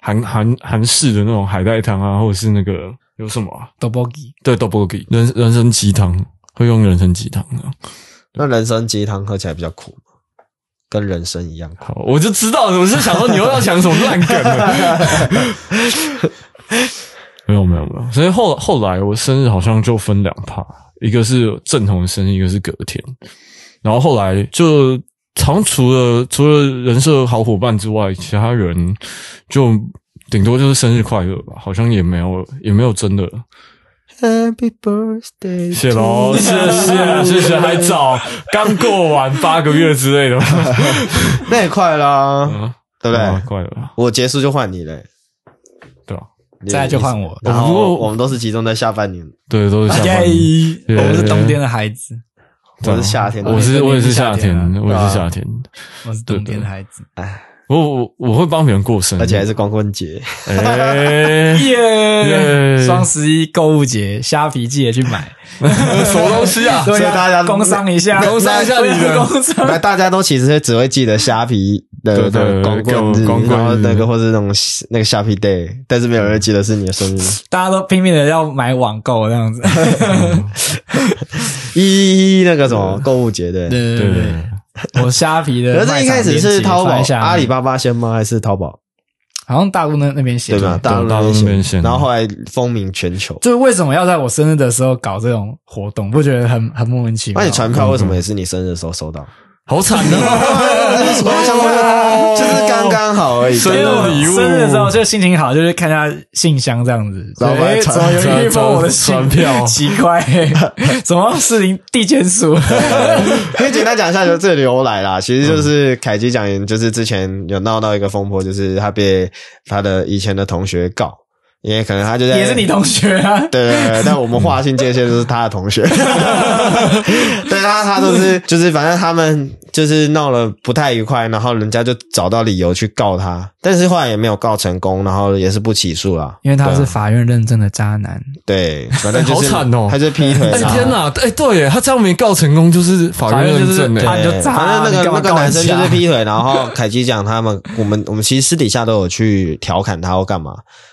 Speaker 2: 韩 韩韩式的那种海带汤啊，或者是那个有什么、啊、
Speaker 3: d o b o g i
Speaker 2: 对 d o b o g i 人人参鸡汤，会用人参鸡汤啊。
Speaker 1: 那人参鸡汤喝起来比较苦，跟人参一样苦。
Speaker 2: 好，我就知道，我是想说你又要讲什么烂梗了。 没有没有没有，所以后后来我生日好像就分两趴，一个是正统的生日，一个是隔天。然后后来就好像除了除了人设好伙伴之外，其他人就顶多就是生日快乐吧，好像也没有也没有真的。
Speaker 1: Happy birthday！
Speaker 2: 谢喽，谢谢谢谢，还早，刚过完八个月之类的吧，
Speaker 1: 那也快啦，
Speaker 2: 嗯
Speaker 1: 对不
Speaker 2: 啊
Speaker 1: 对？
Speaker 2: 快乐吧，
Speaker 1: 我结束就换你嘞，
Speaker 2: 对啊。
Speaker 1: 你
Speaker 3: 再来就换我
Speaker 1: 然
Speaker 2: 我
Speaker 1: 后
Speaker 2: 如果
Speaker 1: 我们都是集中在下半年，
Speaker 2: 对，都是下班。
Speaker 3: 耶！我
Speaker 2: 对
Speaker 3: 们是冬天的孩子，
Speaker 1: 我是夏天的，
Speaker 2: 啊我
Speaker 3: 你
Speaker 2: 是
Speaker 3: 是
Speaker 2: 我也是夏
Speaker 3: 夏
Speaker 2: 天
Speaker 3: 天啊，
Speaker 2: 我也
Speaker 1: 对啊
Speaker 2: 是夏天。
Speaker 3: 我是冬天的孩子。
Speaker 2: 我我我会帮别人过生日，
Speaker 1: 而且还是光棍 节，
Speaker 2: 哎 耶
Speaker 3: 耶！双十一购物节，虾皮记得去买。
Speaker 2: 什么东西啊？
Speaker 3: 对
Speaker 1: 所
Speaker 3: 啊
Speaker 1: 以大家
Speaker 3: 工商一下，
Speaker 2: 工商一下你的
Speaker 3: 工商。
Speaker 1: 那大家都其实只会记得虾皮的
Speaker 2: 对对
Speaker 1: 的光棍
Speaker 2: 对
Speaker 1: 日，
Speaker 2: 光棍日
Speaker 1: 然后那个或是那种那个虾皮 day，但是没有人会记得是你 的生日。
Speaker 3: 大家都拼命的要买网购 这样子。
Speaker 1: 一一一那个什么购物节的，
Speaker 3: 对
Speaker 2: 对
Speaker 3: 对对， 我虾皮的
Speaker 1: 可
Speaker 3: 卖场
Speaker 1: 是一
Speaker 3: 链接。
Speaker 1: 开始是淘宝
Speaker 3: 放一下
Speaker 1: 阿里，巴巴先吗？还是淘宝？
Speaker 3: 好像大陆那那边写
Speaker 1: 对吧？
Speaker 3: 的。
Speaker 1: 大陆
Speaker 2: 大陆那
Speaker 1: 那
Speaker 2: 边
Speaker 1: 边
Speaker 2: 先
Speaker 1: 先，然后后来风靡全球。
Speaker 3: 就是为什么要在我生日的时候搞这种活动，不觉得很很莫名其妙？
Speaker 1: 那你传票为什
Speaker 3: 嗯
Speaker 1: 么也是你生日的时候收到？
Speaker 2: 好惨啊！
Speaker 1: 就是刚刚好而已。
Speaker 2: 生日礼物
Speaker 3: 生日的时候就心情好，就是看一下信箱这样子，
Speaker 1: 然后把它
Speaker 3: 哎
Speaker 1: 传
Speaker 3: 怎么有一封我的信
Speaker 2: 传票
Speaker 3: 奇怪， 什么事情递减数？
Speaker 1: 可以简单讲一下，就这个由来啦。其实就是凯基讲，就是之前有闹到一个风波，就是他被他的以前的同学告，因为可能他就在
Speaker 3: 也是你同学啊？
Speaker 1: 对对对，但我们划清界限就是他的同 学，对他他都是就是反正他们就是闹了不太愉快，然后人家就找到理由去告他，但是后来也没有告成功，然后也是不起诉啦。
Speaker 3: 因为他是法院认证的渣男，
Speaker 1: 对，反正 就是、
Speaker 2: 哎好惨哦
Speaker 1: 他就劈腿 啊
Speaker 2: 哎
Speaker 1: 啦。
Speaker 2: 天哪！哎，对耶，他这样没告成功，就是法院认证
Speaker 3: 法
Speaker 1: 对
Speaker 2: 哎。
Speaker 3: 院就渣
Speaker 1: 反正那
Speaker 3: 你
Speaker 1: 个那
Speaker 3: 干嘛
Speaker 1: 个
Speaker 3: 告人
Speaker 1: 男生就
Speaker 3: 家
Speaker 1: 是劈腿，然后凯基讲他们，我们我们其实私底下都有去调侃他或干嘛，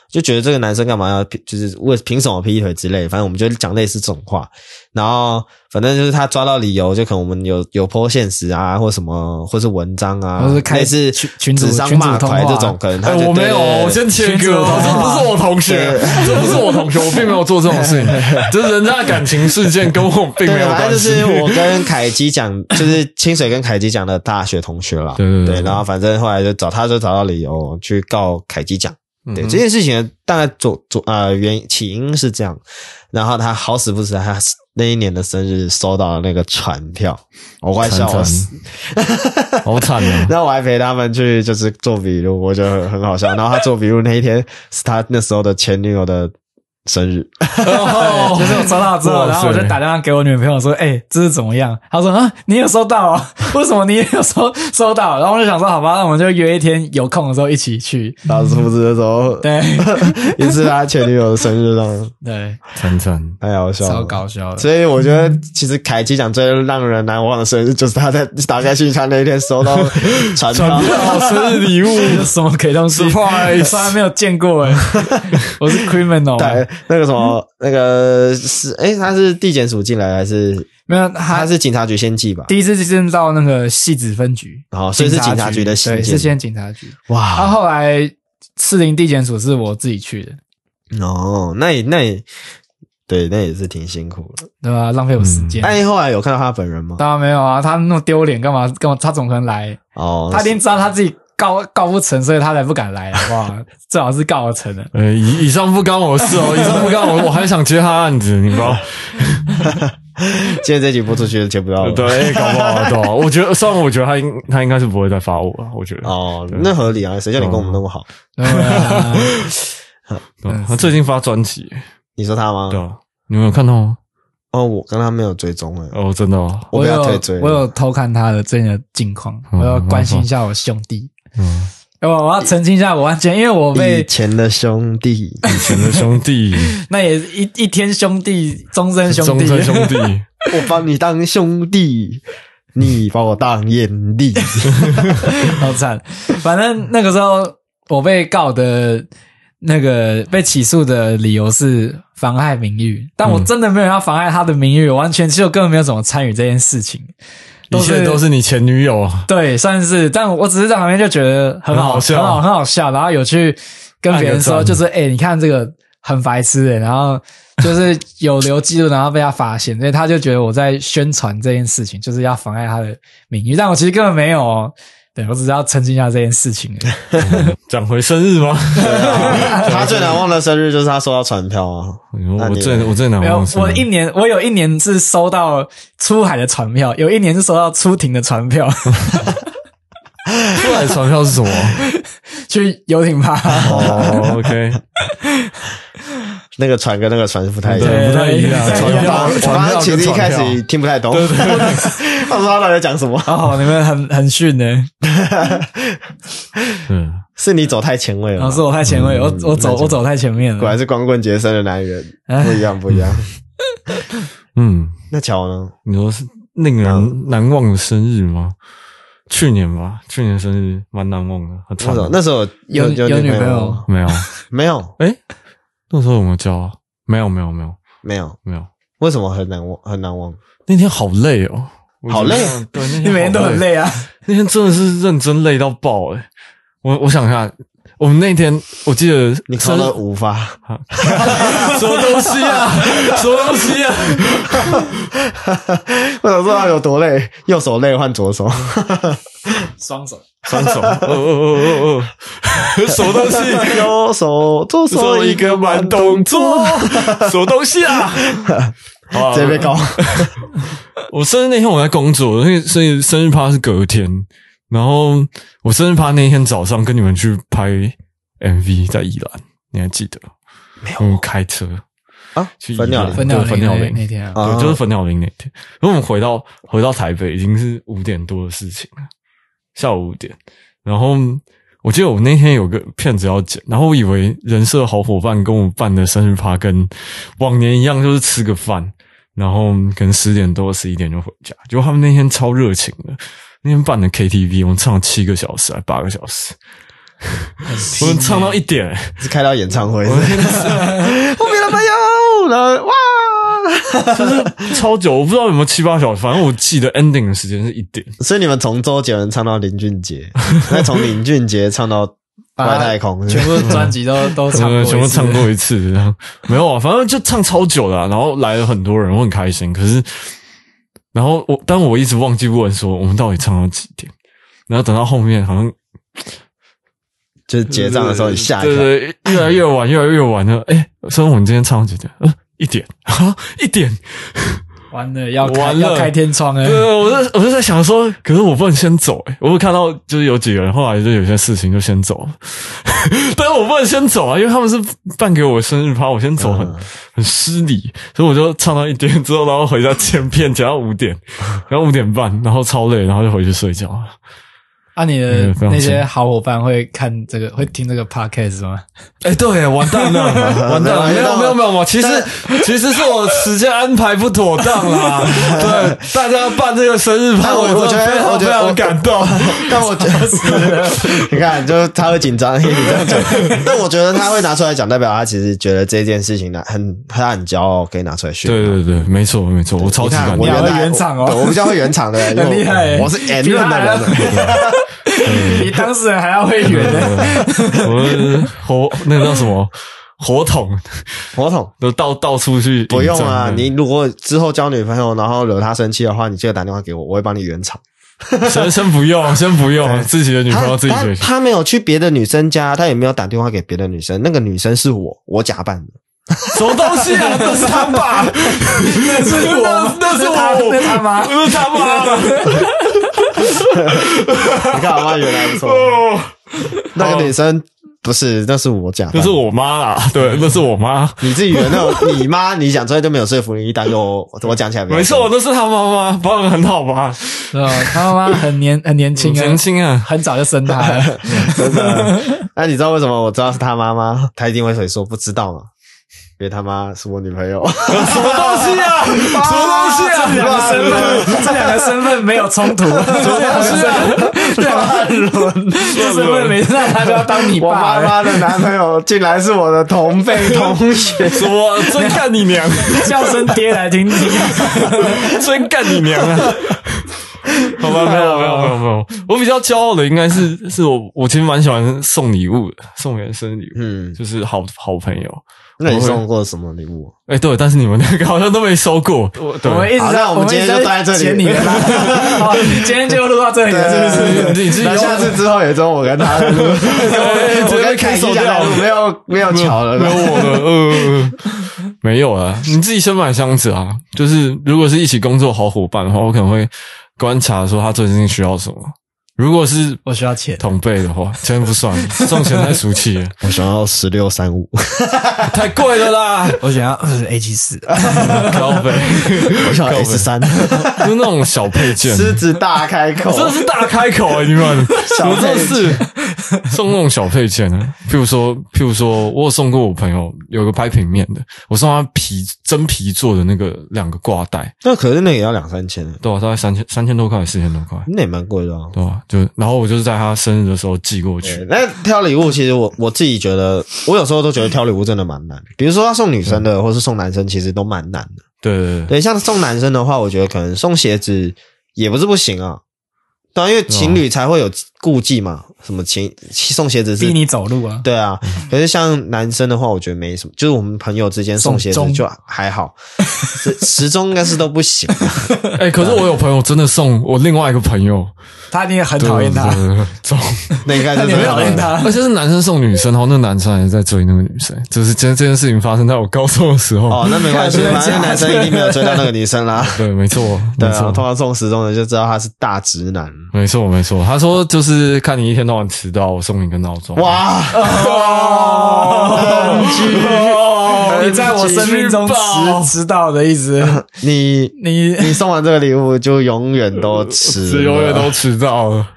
Speaker 1: 就觉得这个男生干嘛要劈就是为凭什么劈腿之类，反正我们就讲类似这种话，然后反正就是他抓到理由，就可能我们有有 po 现实啊，或什么，或是文章啊，
Speaker 3: 或是开
Speaker 1: 类似
Speaker 3: 群群组
Speaker 1: 指桑
Speaker 3: 群组
Speaker 1: 骂
Speaker 3: 通
Speaker 1: 槐
Speaker 3: 话
Speaker 1: 这种，可能他
Speaker 2: 哎，
Speaker 1: 就
Speaker 2: 我没有，
Speaker 1: 对
Speaker 2: 我先切
Speaker 3: 群
Speaker 2: 割
Speaker 3: 主
Speaker 2: 哦，
Speaker 3: 的
Speaker 2: 这
Speaker 3: 话
Speaker 2: 不是我同学，这不是我同学，我并没有做这种事情，就是人家的感情事件跟我并没
Speaker 1: 对，
Speaker 2: 有
Speaker 1: 反正
Speaker 2: 关
Speaker 1: 就
Speaker 2: 系。
Speaker 1: 是我跟凯基讲，就是清水跟凯基讲的大学同学啦。
Speaker 2: 对对对
Speaker 1: 然后反正后来就找他就找到理由去告凯基讲，
Speaker 2: 嗯
Speaker 1: 对这件事情的大概主主呃原起因是这样，然后他好死不死，他那一年的生日收到了那个船票，我快笑死。
Speaker 2: 好惨 啊！
Speaker 1: 然后我还陪他们去就是做笔录，我觉得很 很好笑。然后他做笔录那一天是他那时候的前女友的生日，
Speaker 3: 对就是我收到之
Speaker 2: 哦哇塞
Speaker 3: 后，然后我就打电话给我女朋友说：“哎、这是怎么样？”她说：“啊，你有收到、哦？ 为什么你也有收收到？”然后我就想说：“好吧，那我们就约一天有空的时候一起去。
Speaker 1: 老师不知的 时候，
Speaker 3: 对
Speaker 1: 也是他前女友的生日，让”
Speaker 3: 对，
Speaker 2: 惨惨，
Speaker 1: 太好笑
Speaker 3: 超
Speaker 1: 了。
Speaker 3: 搞笑的。
Speaker 1: 所以我觉得，其实凯基讲最让人难忘的生日，就是他在打开信箱那一天收 到传票。
Speaker 3: 哦生日礼物什么鬼东西
Speaker 2: Surprise
Speaker 3: 从来没有见过 哎！我是 criminal，哎
Speaker 1: 对，那个什么，那个是哎、他是地检署进来还是
Speaker 3: 没有
Speaker 1: 他
Speaker 3: 他
Speaker 1: 是警察局先寄吧？
Speaker 3: 第一次进到那个戏子分局，
Speaker 1: 然哦后所以是警察局的啊信
Speaker 3: 对，是
Speaker 1: 件。
Speaker 3: 先警察局，然
Speaker 1: 哇，
Speaker 3: 后后来士林地检署是我自己去的，
Speaker 1: 哦，那也那也对，那也是挺辛苦的。
Speaker 3: 对吧？浪费我时间。
Speaker 1: 那你后来有看到他本人吗？
Speaker 3: 当然没有啊，他那么丢脸，干嘛干嘛？他怎么可能来？
Speaker 1: 哦，
Speaker 3: 他一定知道他自己告告不成，所以他才不敢来，好不 好？最好是告了成了。
Speaker 2: 呃，以以上不干我的事哦，以上不干我，我还想接他案子，你不要
Speaker 1: 今天这集播出去就接不
Speaker 3: 哦
Speaker 1: 到了。
Speaker 2: 对，搞不好对啊我觉得，虽然我觉得他应他应该是不会再发我了，我觉得。
Speaker 1: 哦，那合理啊，谁叫你跟我们那么好？
Speaker 3: 对 啊
Speaker 2: 对
Speaker 3: 嗯
Speaker 2: 啊他最近发专辑，
Speaker 1: 你说他吗
Speaker 2: 对？啊，你们有看到吗？
Speaker 1: 哦，我跟他没有追踪哎，
Speaker 2: 哦，真的哦，
Speaker 1: 我
Speaker 3: 我
Speaker 1: 被
Speaker 3: 有
Speaker 1: 他推追了。
Speaker 3: 我有偷看他的最近的近况，
Speaker 2: 嗯
Speaker 3: 我要关心一下我兄弟。
Speaker 2: 嗯，
Speaker 3: 我我要澄清一下，我完全因为我
Speaker 1: 以
Speaker 3: 被
Speaker 1: 前的兄弟，
Speaker 2: 以前的兄弟，
Speaker 3: 那也一一天兄弟，终身 兄
Speaker 2: 终
Speaker 3: 弟，
Speaker 2: 身兄弟，
Speaker 1: 我把你当兄弟，你把我当眼 弟。
Speaker 3: 好惨。反正那个时候我被告的那个被起诉的理由是妨害名誉，但
Speaker 2: 嗯
Speaker 3: 我真的没有要妨害他的名誉，我完全就根本没有怎么参与这件事情，
Speaker 2: 一切都是你前女友啊，
Speaker 3: 对，算是。但我只是在旁边就觉得很
Speaker 2: 很
Speaker 3: 好，
Speaker 2: 好笑
Speaker 3: 很好，很好笑，然后有去跟别人
Speaker 2: 按
Speaker 3: 说，
Speaker 2: 个赞
Speaker 3: 就是哎、欸你看这个很白痴哎、欸然后就是有留记录，然后被他发现，所以他就觉得我在宣传这件事情，就是要妨碍他的名誉，但我其实根本没有、哦。对，我只是要澄清一下这件事情而已。
Speaker 2: 哦讲回生日吗？
Speaker 1: 他最难忘的生日就是他收到传票啊，那
Speaker 2: 我
Speaker 1: 你
Speaker 2: 最我最难
Speaker 3: 没有
Speaker 2: 忘的，生日，
Speaker 3: 我一年，我有一年是收到出海的船票，有一年是收到出庭的船票，
Speaker 2: 出来的船票是什么？
Speaker 3: 去游艇趴。
Speaker 2: 哦，OK，
Speaker 1: 那个船跟那个船不太一样。
Speaker 2: 哎对，不太一样，
Speaker 3: 对哎
Speaker 1: 我
Speaker 2: 船票
Speaker 1: 刚，我
Speaker 2: 船
Speaker 1: 刚
Speaker 2: 票
Speaker 1: 刚其
Speaker 2: 跟
Speaker 1: 实一
Speaker 2: 船
Speaker 1: 开
Speaker 2: 票
Speaker 1: 始听不太懂， 他说他到底在讲什么？
Speaker 3: 哦，你们很很逊呢、
Speaker 2: 嗯。
Speaker 1: 是你走太前卫了
Speaker 2: 啊
Speaker 3: 然后
Speaker 1: 吧，
Speaker 3: 是我太前卫，我我走我走太前面
Speaker 1: 果
Speaker 3: 了
Speaker 1: 然。是光棍节生的男人，
Speaker 2: 哎
Speaker 1: 不一样不一样。
Speaker 2: 嗯，
Speaker 1: 那乔呢？
Speaker 2: 你说是令人
Speaker 3: 嗯
Speaker 2: 难忘的生日吗？去年吧，去年生日蛮难忘的，很
Speaker 1: 那
Speaker 2: 惨
Speaker 1: 时
Speaker 2: 的。
Speaker 1: 候那时候有
Speaker 3: 有有
Speaker 1: 女
Speaker 3: 女朋
Speaker 1: 友
Speaker 3: 友
Speaker 1: 吗
Speaker 2: 没有，
Speaker 1: 没有
Speaker 2: 哎、那时候有没有交啊？没有，没有，没有，
Speaker 1: 没有，
Speaker 2: 没有。
Speaker 1: 为什么很难忘很难忘？
Speaker 2: 那天好累哦，我
Speaker 1: 好累
Speaker 2: 觉得对，那
Speaker 3: 你
Speaker 2: 天
Speaker 3: 每天都
Speaker 2: 好
Speaker 3: 很。累啊，
Speaker 2: 那天真的是认真累到爆哎、我我想一下，我们那天我记得
Speaker 1: 你考
Speaker 2: 生日
Speaker 1: 了五发，
Speaker 2: 什么东西啊？什么东西啊？
Speaker 1: 我想知道有多累，右手累换左手，
Speaker 3: 双手。
Speaker 2: 双手，哦哦哦哦哦，什么东西？
Speaker 1: 右手左手
Speaker 2: 做一个慢动作，什么东西啊？好啊
Speaker 1: 直接被告。
Speaker 2: 我生日那天我在工作，所以所以生日趴是隔天。然后我生日趴那天早上跟你们去拍 MV，在宜兰，你还记得？没有，开车
Speaker 1: 啊
Speaker 2: 去宜
Speaker 1: 粉鸟
Speaker 2: 兰，
Speaker 1: 林
Speaker 3: 分鸟
Speaker 2: 对
Speaker 3: 林
Speaker 2: 粉鸟
Speaker 3: 那
Speaker 2: 林
Speaker 3: 那天啊，
Speaker 1: 啊
Speaker 2: 对，就是粉鸟林那天。然后我们回到回到台北已经是五点多的事情了，下午五点。然后我记得我那天有个片子要剪，然后我以为人设好伙伴跟我办的生日趴跟往年一样，就是吃个饭，然后可能十点多十一点就回家。结果他们那天超热情的，那天办的 KTV 我们唱了七个小时还八个小时，我们唱到一点、
Speaker 1: 是开到演 唱会是不是，我变了朋友，然后哇，
Speaker 2: 就是超久，我不知道有没有七八小时，反正我记得 ending 的时间是一点。
Speaker 1: 所以你们从周杰伦唱到林俊 杰，再从林俊杰唱到外太空，是不
Speaker 3: 全
Speaker 1: 是
Speaker 3: 部专 辑都都唱过
Speaker 2: 呃
Speaker 3: 一次，
Speaker 2: 全部唱过一次，然后没有啊，反正就唱超久了啊、然后来了很多人，我很开心。可是，然后我，但我一直忘记问说我们到底唱到几点。然后等到后面好像
Speaker 1: 就是结账的时候你吓一
Speaker 2: 对
Speaker 1: 跳，
Speaker 2: 对，对越来越晚，越来越晚了。哎，所以我们今天唱到几点？呃，一点 啊，一点。
Speaker 3: 完了要开
Speaker 2: 完了
Speaker 3: 要开天窗啊了，
Speaker 2: 对，我就我就在想说，可是我不能先走哎、欸我有看到就是有几个人后来就有些事情就先走了，但是我不能先走啊，因为他们是办给我生日趴，我先走很、很失礼，所以我就唱到一点之后，然后回家剪片，剪到五点，然后五点半，然后超累，然后就回去睡觉了。
Speaker 3: 啊，你的
Speaker 2: 嗯非常
Speaker 3: 那些好伙伴会看这个，会听这个 podcast 吗？
Speaker 2: 哎、对，完蛋了，完蛋了，没
Speaker 1: 没
Speaker 2: 有
Speaker 1: 有
Speaker 2: 没有没有，其实其实是我时间安排不妥当啦。对，大家要办这个生日趴，
Speaker 1: 但我
Speaker 2: 真的
Speaker 1: 我觉得
Speaker 2: 非
Speaker 1: 我
Speaker 2: 常
Speaker 1: 觉
Speaker 2: 非
Speaker 1: 得我
Speaker 2: 常感动。
Speaker 1: 但我觉得，你看，就他会紧张，你这 样讲。但我觉得他会拿出来讲，代表他其实觉得这件事情呢，很他很骄傲，可以拿出来炫。
Speaker 2: 对对对，没错没错，我超
Speaker 1: 你
Speaker 2: 级
Speaker 1: 看，
Speaker 2: 感
Speaker 1: 我
Speaker 2: 动
Speaker 3: 你。还
Speaker 1: 原
Speaker 3: 会
Speaker 1: 来
Speaker 3: 圆场哦
Speaker 1: 对我比较会圆场的，因为我
Speaker 3: 很厉害欸
Speaker 1: 我是 N 论的 人。
Speaker 3: 比当事人还要会远呢。
Speaker 2: 我是火那个叫什么火筒，
Speaker 1: 火 筒
Speaker 2: 都到到处去。
Speaker 1: 不用啊，你如果之后交女朋友，然后惹她生气的话，你记得打电话给我，我会帮你圆场。
Speaker 2: 先先不 用，先不用，自己的女
Speaker 1: 他
Speaker 2: 朋友自己
Speaker 1: 他
Speaker 2: 决定。
Speaker 1: 他没有去别的女生家，他也没有打电话给别的女生，那个女生是我，我假扮的。
Speaker 2: 什么东西啊？那是他爸，那
Speaker 3: 是我吗
Speaker 2: 那是
Speaker 3: 那是他
Speaker 2: 我，
Speaker 3: 那是他妈
Speaker 2: 那是他 妈。
Speaker 1: 你看，我妈原来不错。
Speaker 2: 哦
Speaker 1: 那个女生不是，那是我假 扮的，
Speaker 2: 那是我妈啦，对，
Speaker 1: 嗯
Speaker 2: 那是我妈，
Speaker 1: 你自己的那种，你妈你讲出来就没有说服力，但我我讲起来
Speaker 2: 没错，，那是他妈妈，保养很好吧？
Speaker 3: 是吧他妈妈很年很年轻
Speaker 2: 年
Speaker 3: 啊，
Speaker 2: 轻啊，
Speaker 3: 很早就生他了。
Speaker 1: 真的。 那你知道为什么我知道是他妈妈？她一定会所以说不知道嘛，因为他妈是我女朋友。
Speaker 2: 什么东西啊？什么东西啊？
Speaker 3: 两个身份，这两个身份没有冲突，这两个身份，这两个这身份没事，那他就要当 你
Speaker 1: 我妈
Speaker 3: 爸，
Speaker 1: 妈的男朋友竟然是我的同 辈同学，
Speaker 2: 什么？真啊干你娘！
Speaker 3: 叫声爹来听听。
Speaker 2: 真干你娘 啊！好吧，没有没有没有没有，我比较骄傲的应该是是我我其实蛮喜欢送礼物的，送别人生日礼物，
Speaker 1: 嗯，
Speaker 2: 就是好好朋友。
Speaker 1: 那你送过什么礼物？
Speaker 2: 哎、对，但是你们那个好像都没收过，我
Speaker 3: 我们
Speaker 2: 对。
Speaker 3: 一直
Speaker 1: 好
Speaker 3: 在，
Speaker 1: 那我们今天就
Speaker 3: 一直
Speaker 1: 待在这里
Speaker 3: 剪你的啦，好，今天就录到这里了，是不是？
Speaker 2: 对对你自己
Speaker 1: 那
Speaker 2: 用
Speaker 1: 下次之后也只有我跟他的路，
Speaker 2: 哎
Speaker 1: 我
Speaker 2: 直接被
Speaker 1: 跟凯西
Speaker 2: 手
Speaker 1: 讲
Speaker 2: 掉
Speaker 1: 的路没有没有巧了
Speaker 2: 没， 有我的，呃，没有啊，你自己先买箱子啊。就是如果是一起工作好伙伴的话，我可能会观察说他最近需要什么。如果是
Speaker 3: 我需要钱，
Speaker 2: 同辈的话，真不算，送钱太俗气了，
Speaker 1: 我想要十六三 五，
Speaker 2: 太贵了 啦，
Speaker 3: 我想要 A 七四，
Speaker 2: 高倍。
Speaker 1: 我想要 S 三，
Speaker 2: 就那种小配件，
Speaker 1: 狮子大开 口，
Speaker 2: 真的是大开口哎、你们
Speaker 1: 小
Speaker 2: 我真
Speaker 1: 配件
Speaker 2: 的是送那种小配件啊，譬如说，譬如说我有送过我朋友有个拍平面的，我送他皮真皮做的那个两个挂带，
Speaker 1: 那可是那也要两三千，
Speaker 2: 对吧、大概三千三千多块，四千多块，
Speaker 1: 那也蛮贵的啊。
Speaker 2: 对吧、就然后我就是在他生日的时候寄过去
Speaker 3: 哎
Speaker 1: 对，那挑礼物，其实我我自己觉得，我有时候都觉得挑礼物真的蛮难的。比如说要送女生
Speaker 3: 嗯
Speaker 1: 的，或是送男生，其实都蛮难的。
Speaker 2: 对对对，
Speaker 1: 对，像送男生的话，我觉得可能送鞋子也不是不行啊。对啊，因为情
Speaker 3: 哦
Speaker 1: 侣才会有顾忌嘛，什么情送鞋子
Speaker 3: 逼
Speaker 1: 是。
Speaker 3: 你走路啊！
Speaker 1: 对啊，可是像男生的话，我觉得没什么，就是我们朋友之间送鞋
Speaker 3: 送
Speaker 1: 子
Speaker 3: 钟
Speaker 1: 就还好，时时钟应该是都不行。
Speaker 2: 哎、可是我有朋友真的送我另外一个朋友，
Speaker 3: 他一定很讨厌他，
Speaker 2: 对，对对对送
Speaker 1: 那应该是
Speaker 3: 你
Speaker 1: 真
Speaker 3: 很
Speaker 1: 的
Speaker 3: 讨厌他，
Speaker 2: 而且是男生送女生，然后那个男生还在追那个女生，就是这这件事情发生在我高中的时候，
Speaker 1: 哦，那没 关系，
Speaker 3: 看真的
Speaker 1: 反正
Speaker 3: 假的
Speaker 1: 男生一定没有追到那个女生啦。
Speaker 2: 对，没错，
Speaker 1: 对
Speaker 2: 没
Speaker 1: 啊，
Speaker 2: 错
Speaker 1: 通。常送时钟的就知道他是大直男。
Speaker 2: 没错，没错。他说就是看你一天到晚迟到，我送你个闹钟。
Speaker 1: 哇，
Speaker 3: 哦
Speaker 2: 哦！
Speaker 3: 你在我生命中迟迟到的意思，
Speaker 1: 你
Speaker 3: 你
Speaker 1: 你送完这个礼物就永远 都迟了，
Speaker 2: 是永远都迟到了，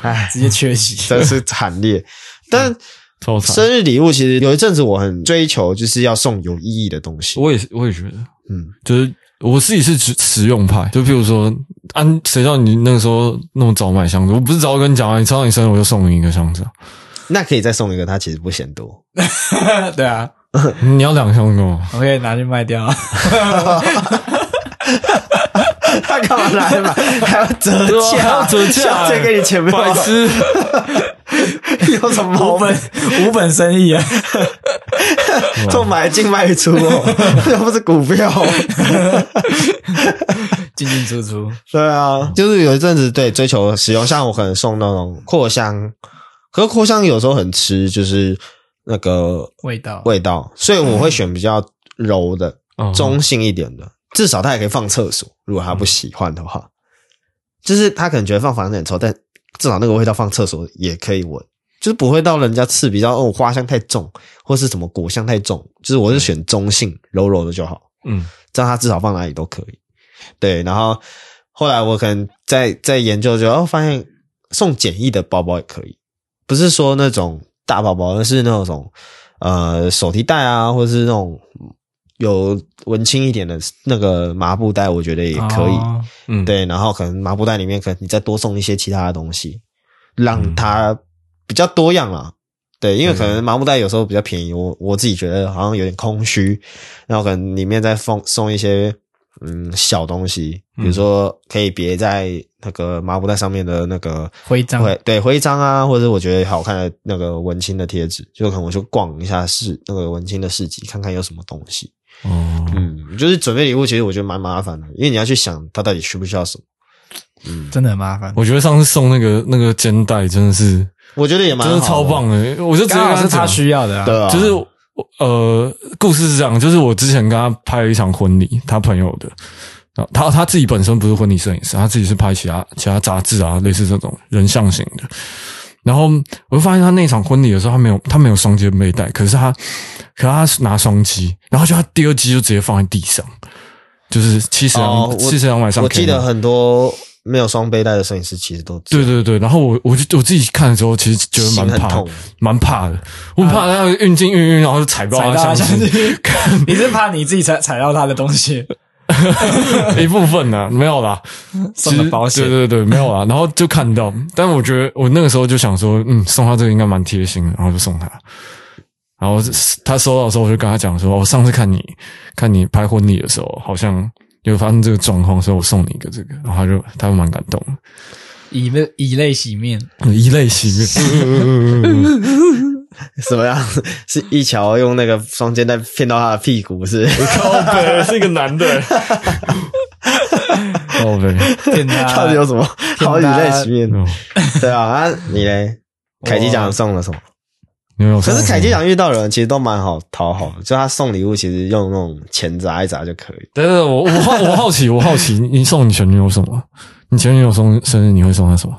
Speaker 1: 唉，
Speaker 3: 直接缺席。
Speaker 1: 真是 惨烈。但
Speaker 2: 超惨。
Speaker 1: 生日礼物其实有一阵子我很追求，就是要送有意义的东西。
Speaker 2: 我也是，我也觉得，
Speaker 1: 嗯，
Speaker 2: 就是我自己是实实用派，就譬如说，按谁叫你那个时候那么早买箱子？我不是早跟你讲啊，你超到你生日我就送你一个箱子啊，
Speaker 1: 那可以再送一个，它其实不嫌 多。
Speaker 3: 对啊，
Speaker 2: 你要两箱子吗？
Speaker 3: 我可以拿去卖掉。
Speaker 1: 他干嘛来嘛？还要折
Speaker 2: 对啊还
Speaker 1: 价？
Speaker 2: 要折价
Speaker 1: 下次给你 钱没有？
Speaker 2: 白痴，
Speaker 1: 有什么 毛
Speaker 3: 五
Speaker 1: 病
Speaker 3: 本？五本生意啊，
Speaker 1: 这买进卖出哦， 又不是股票。 哦
Speaker 3: 进进出出。
Speaker 1: 对啊，就是有一阵子对追求使用，像我可能送那种扩香。可是扩香有时候很吃就是那个
Speaker 3: 味道
Speaker 1: 味道，所以我会选比较柔的、
Speaker 2: 嗯
Speaker 1: 中性一点的，至少它也可以放厕所。如果他不喜欢的话，就是他可能觉得放房间很臭，但至少那个味道放厕所也可以闻，就是不会到人家刺鼻到哦花香太重，或是什么果香太重。就是我是选中性柔柔的就好。
Speaker 2: 嗯，
Speaker 1: 这样它至少放哪里都可以。对，然后后来我可能在在研究就哦，发现送简易的包包也可以，不是说那种大包包，而是那种呃手提袋啊，或者是那种有文青一点的那个麻布袋，我觉得也可以。
Speaker 3: 哦
Speaker 2: 嗯，
Speaker 1: 对，然后可能麻布袋里面可能你再多送一些其他的东西，让它比较多样啦。对，因为可能麻布袋有时候比较便宜，我我自己觉得好像有点空虚，然后可能里面再放送一些嗯小东西，比如说可以别在那个麻布袋上面的那个
Speaker 3: 徽章
Speaker 1: 徽对徽章啊，或者是我觉得好看的那个文青的贴纸，就可能我去逛一下市那个文青的市集，看看有什么东西。
Speaker 2: 哦，
Speaker 1: 嗯，就是准备礼物，其实我觉得蛮麻烦的，因为你要去想它到底需不需要什么。
Speaker 3: 真的很麻烦。
Speaker 2: 我觉得上次送那个那个肩带真的是，
Speaker 1: 我觉得也蛮
Speaker 2: 真
Speaker 1: 好
Speaker 2: 的超棒的，我就直接
Speaker 3: 刚
Speaker 2: 跟
Speaker 3: 好是
Speaker 2: 讲
Speaker 3: 他需要的、啊，
Speaker 1: 对啊，
Speaker 2: 就是我呃，故事是这样，就是我之前跟他拍了一场婚礼，他朋友的。然后他他自己本身不是婚礼摄影师，他自己是拍其他其他杂志啊，类似这种人像型的。然后我就发现他那场婚礼的时候，他没有他没有双肩背带，可是他可是他拿双击，然后就他第二击就直接放在地上，就是七十
Speaker 1: 哦
Speaker 2: 两
Speaker 1: 我
Speaker 2: 七十两买上
Speaker 1: 我
Speaker 2: K
Speaker 1: 记
Speaker 2: 嘛。
Speaker 1: 得很多没有双背带的摄影师其实都
Speaker 2: 对对对，然后我我就我自己看的时候，其实觉得蛮
Speaker 1: 心很
Speaker 2: 怕
Speaker 1: 痛，
Speaker 2: 蛮怕的。我很怕他运镜运运，然后就踩爆
Speaker 3: 啊踩
Speaker 2: 他
Speaker 3: 到他啊
Speaker 2: 相
Speaker 3: 相
Speaker 2: 机。
Speaker 3: 机，你是怕你自己踩踩到他的东 西，
Speaker 2: 一部分 呢、没有啦，其
Speaker 3: 送
Speaker 2: 实
Speaker 3: 的保险
Speaker 2: 对对对，没有啦。然后就看到，但我觉得我那个时候就想说，嗯，送他这个应该蛮贴心的，然后就送他。然后他收到的时候，我就跟他讲说，我、上次看你看你拍婚礼的时候，好像有发生这个状况，所以我送你一个这个，然后他就他就蛮感动的，
Speaker 3: 以泪以泪洗面。
Speaker 2: 以泪洗面。
Speaker 1: 什么样？是一桥用那个双肩带骗到他的屁股是不是？
Speaker 2: 靠北是一个男的，靠北，
Speaker 3: 骗
Speaker 2: 啊
Speaker 3: 他
Speaker 1: 到底有什么好以泪洗面？
Speaker 2: 嗯
Speaker 1: 对啊，啊你嘞？凯基奖送了什么？
Speaker 2: 你有没有送
Speaker 1: 可
Speaker 2: 我什么？
Speaker 1: 是凯基奖遇到的人其实都蛮好讨好的，就他送礼物其实用那种钱砸一砸就可以。
Speaker 2: 等等，我我好我好奇，我好奇，你送你前女友什么？你前女友送生日，你会送她什么？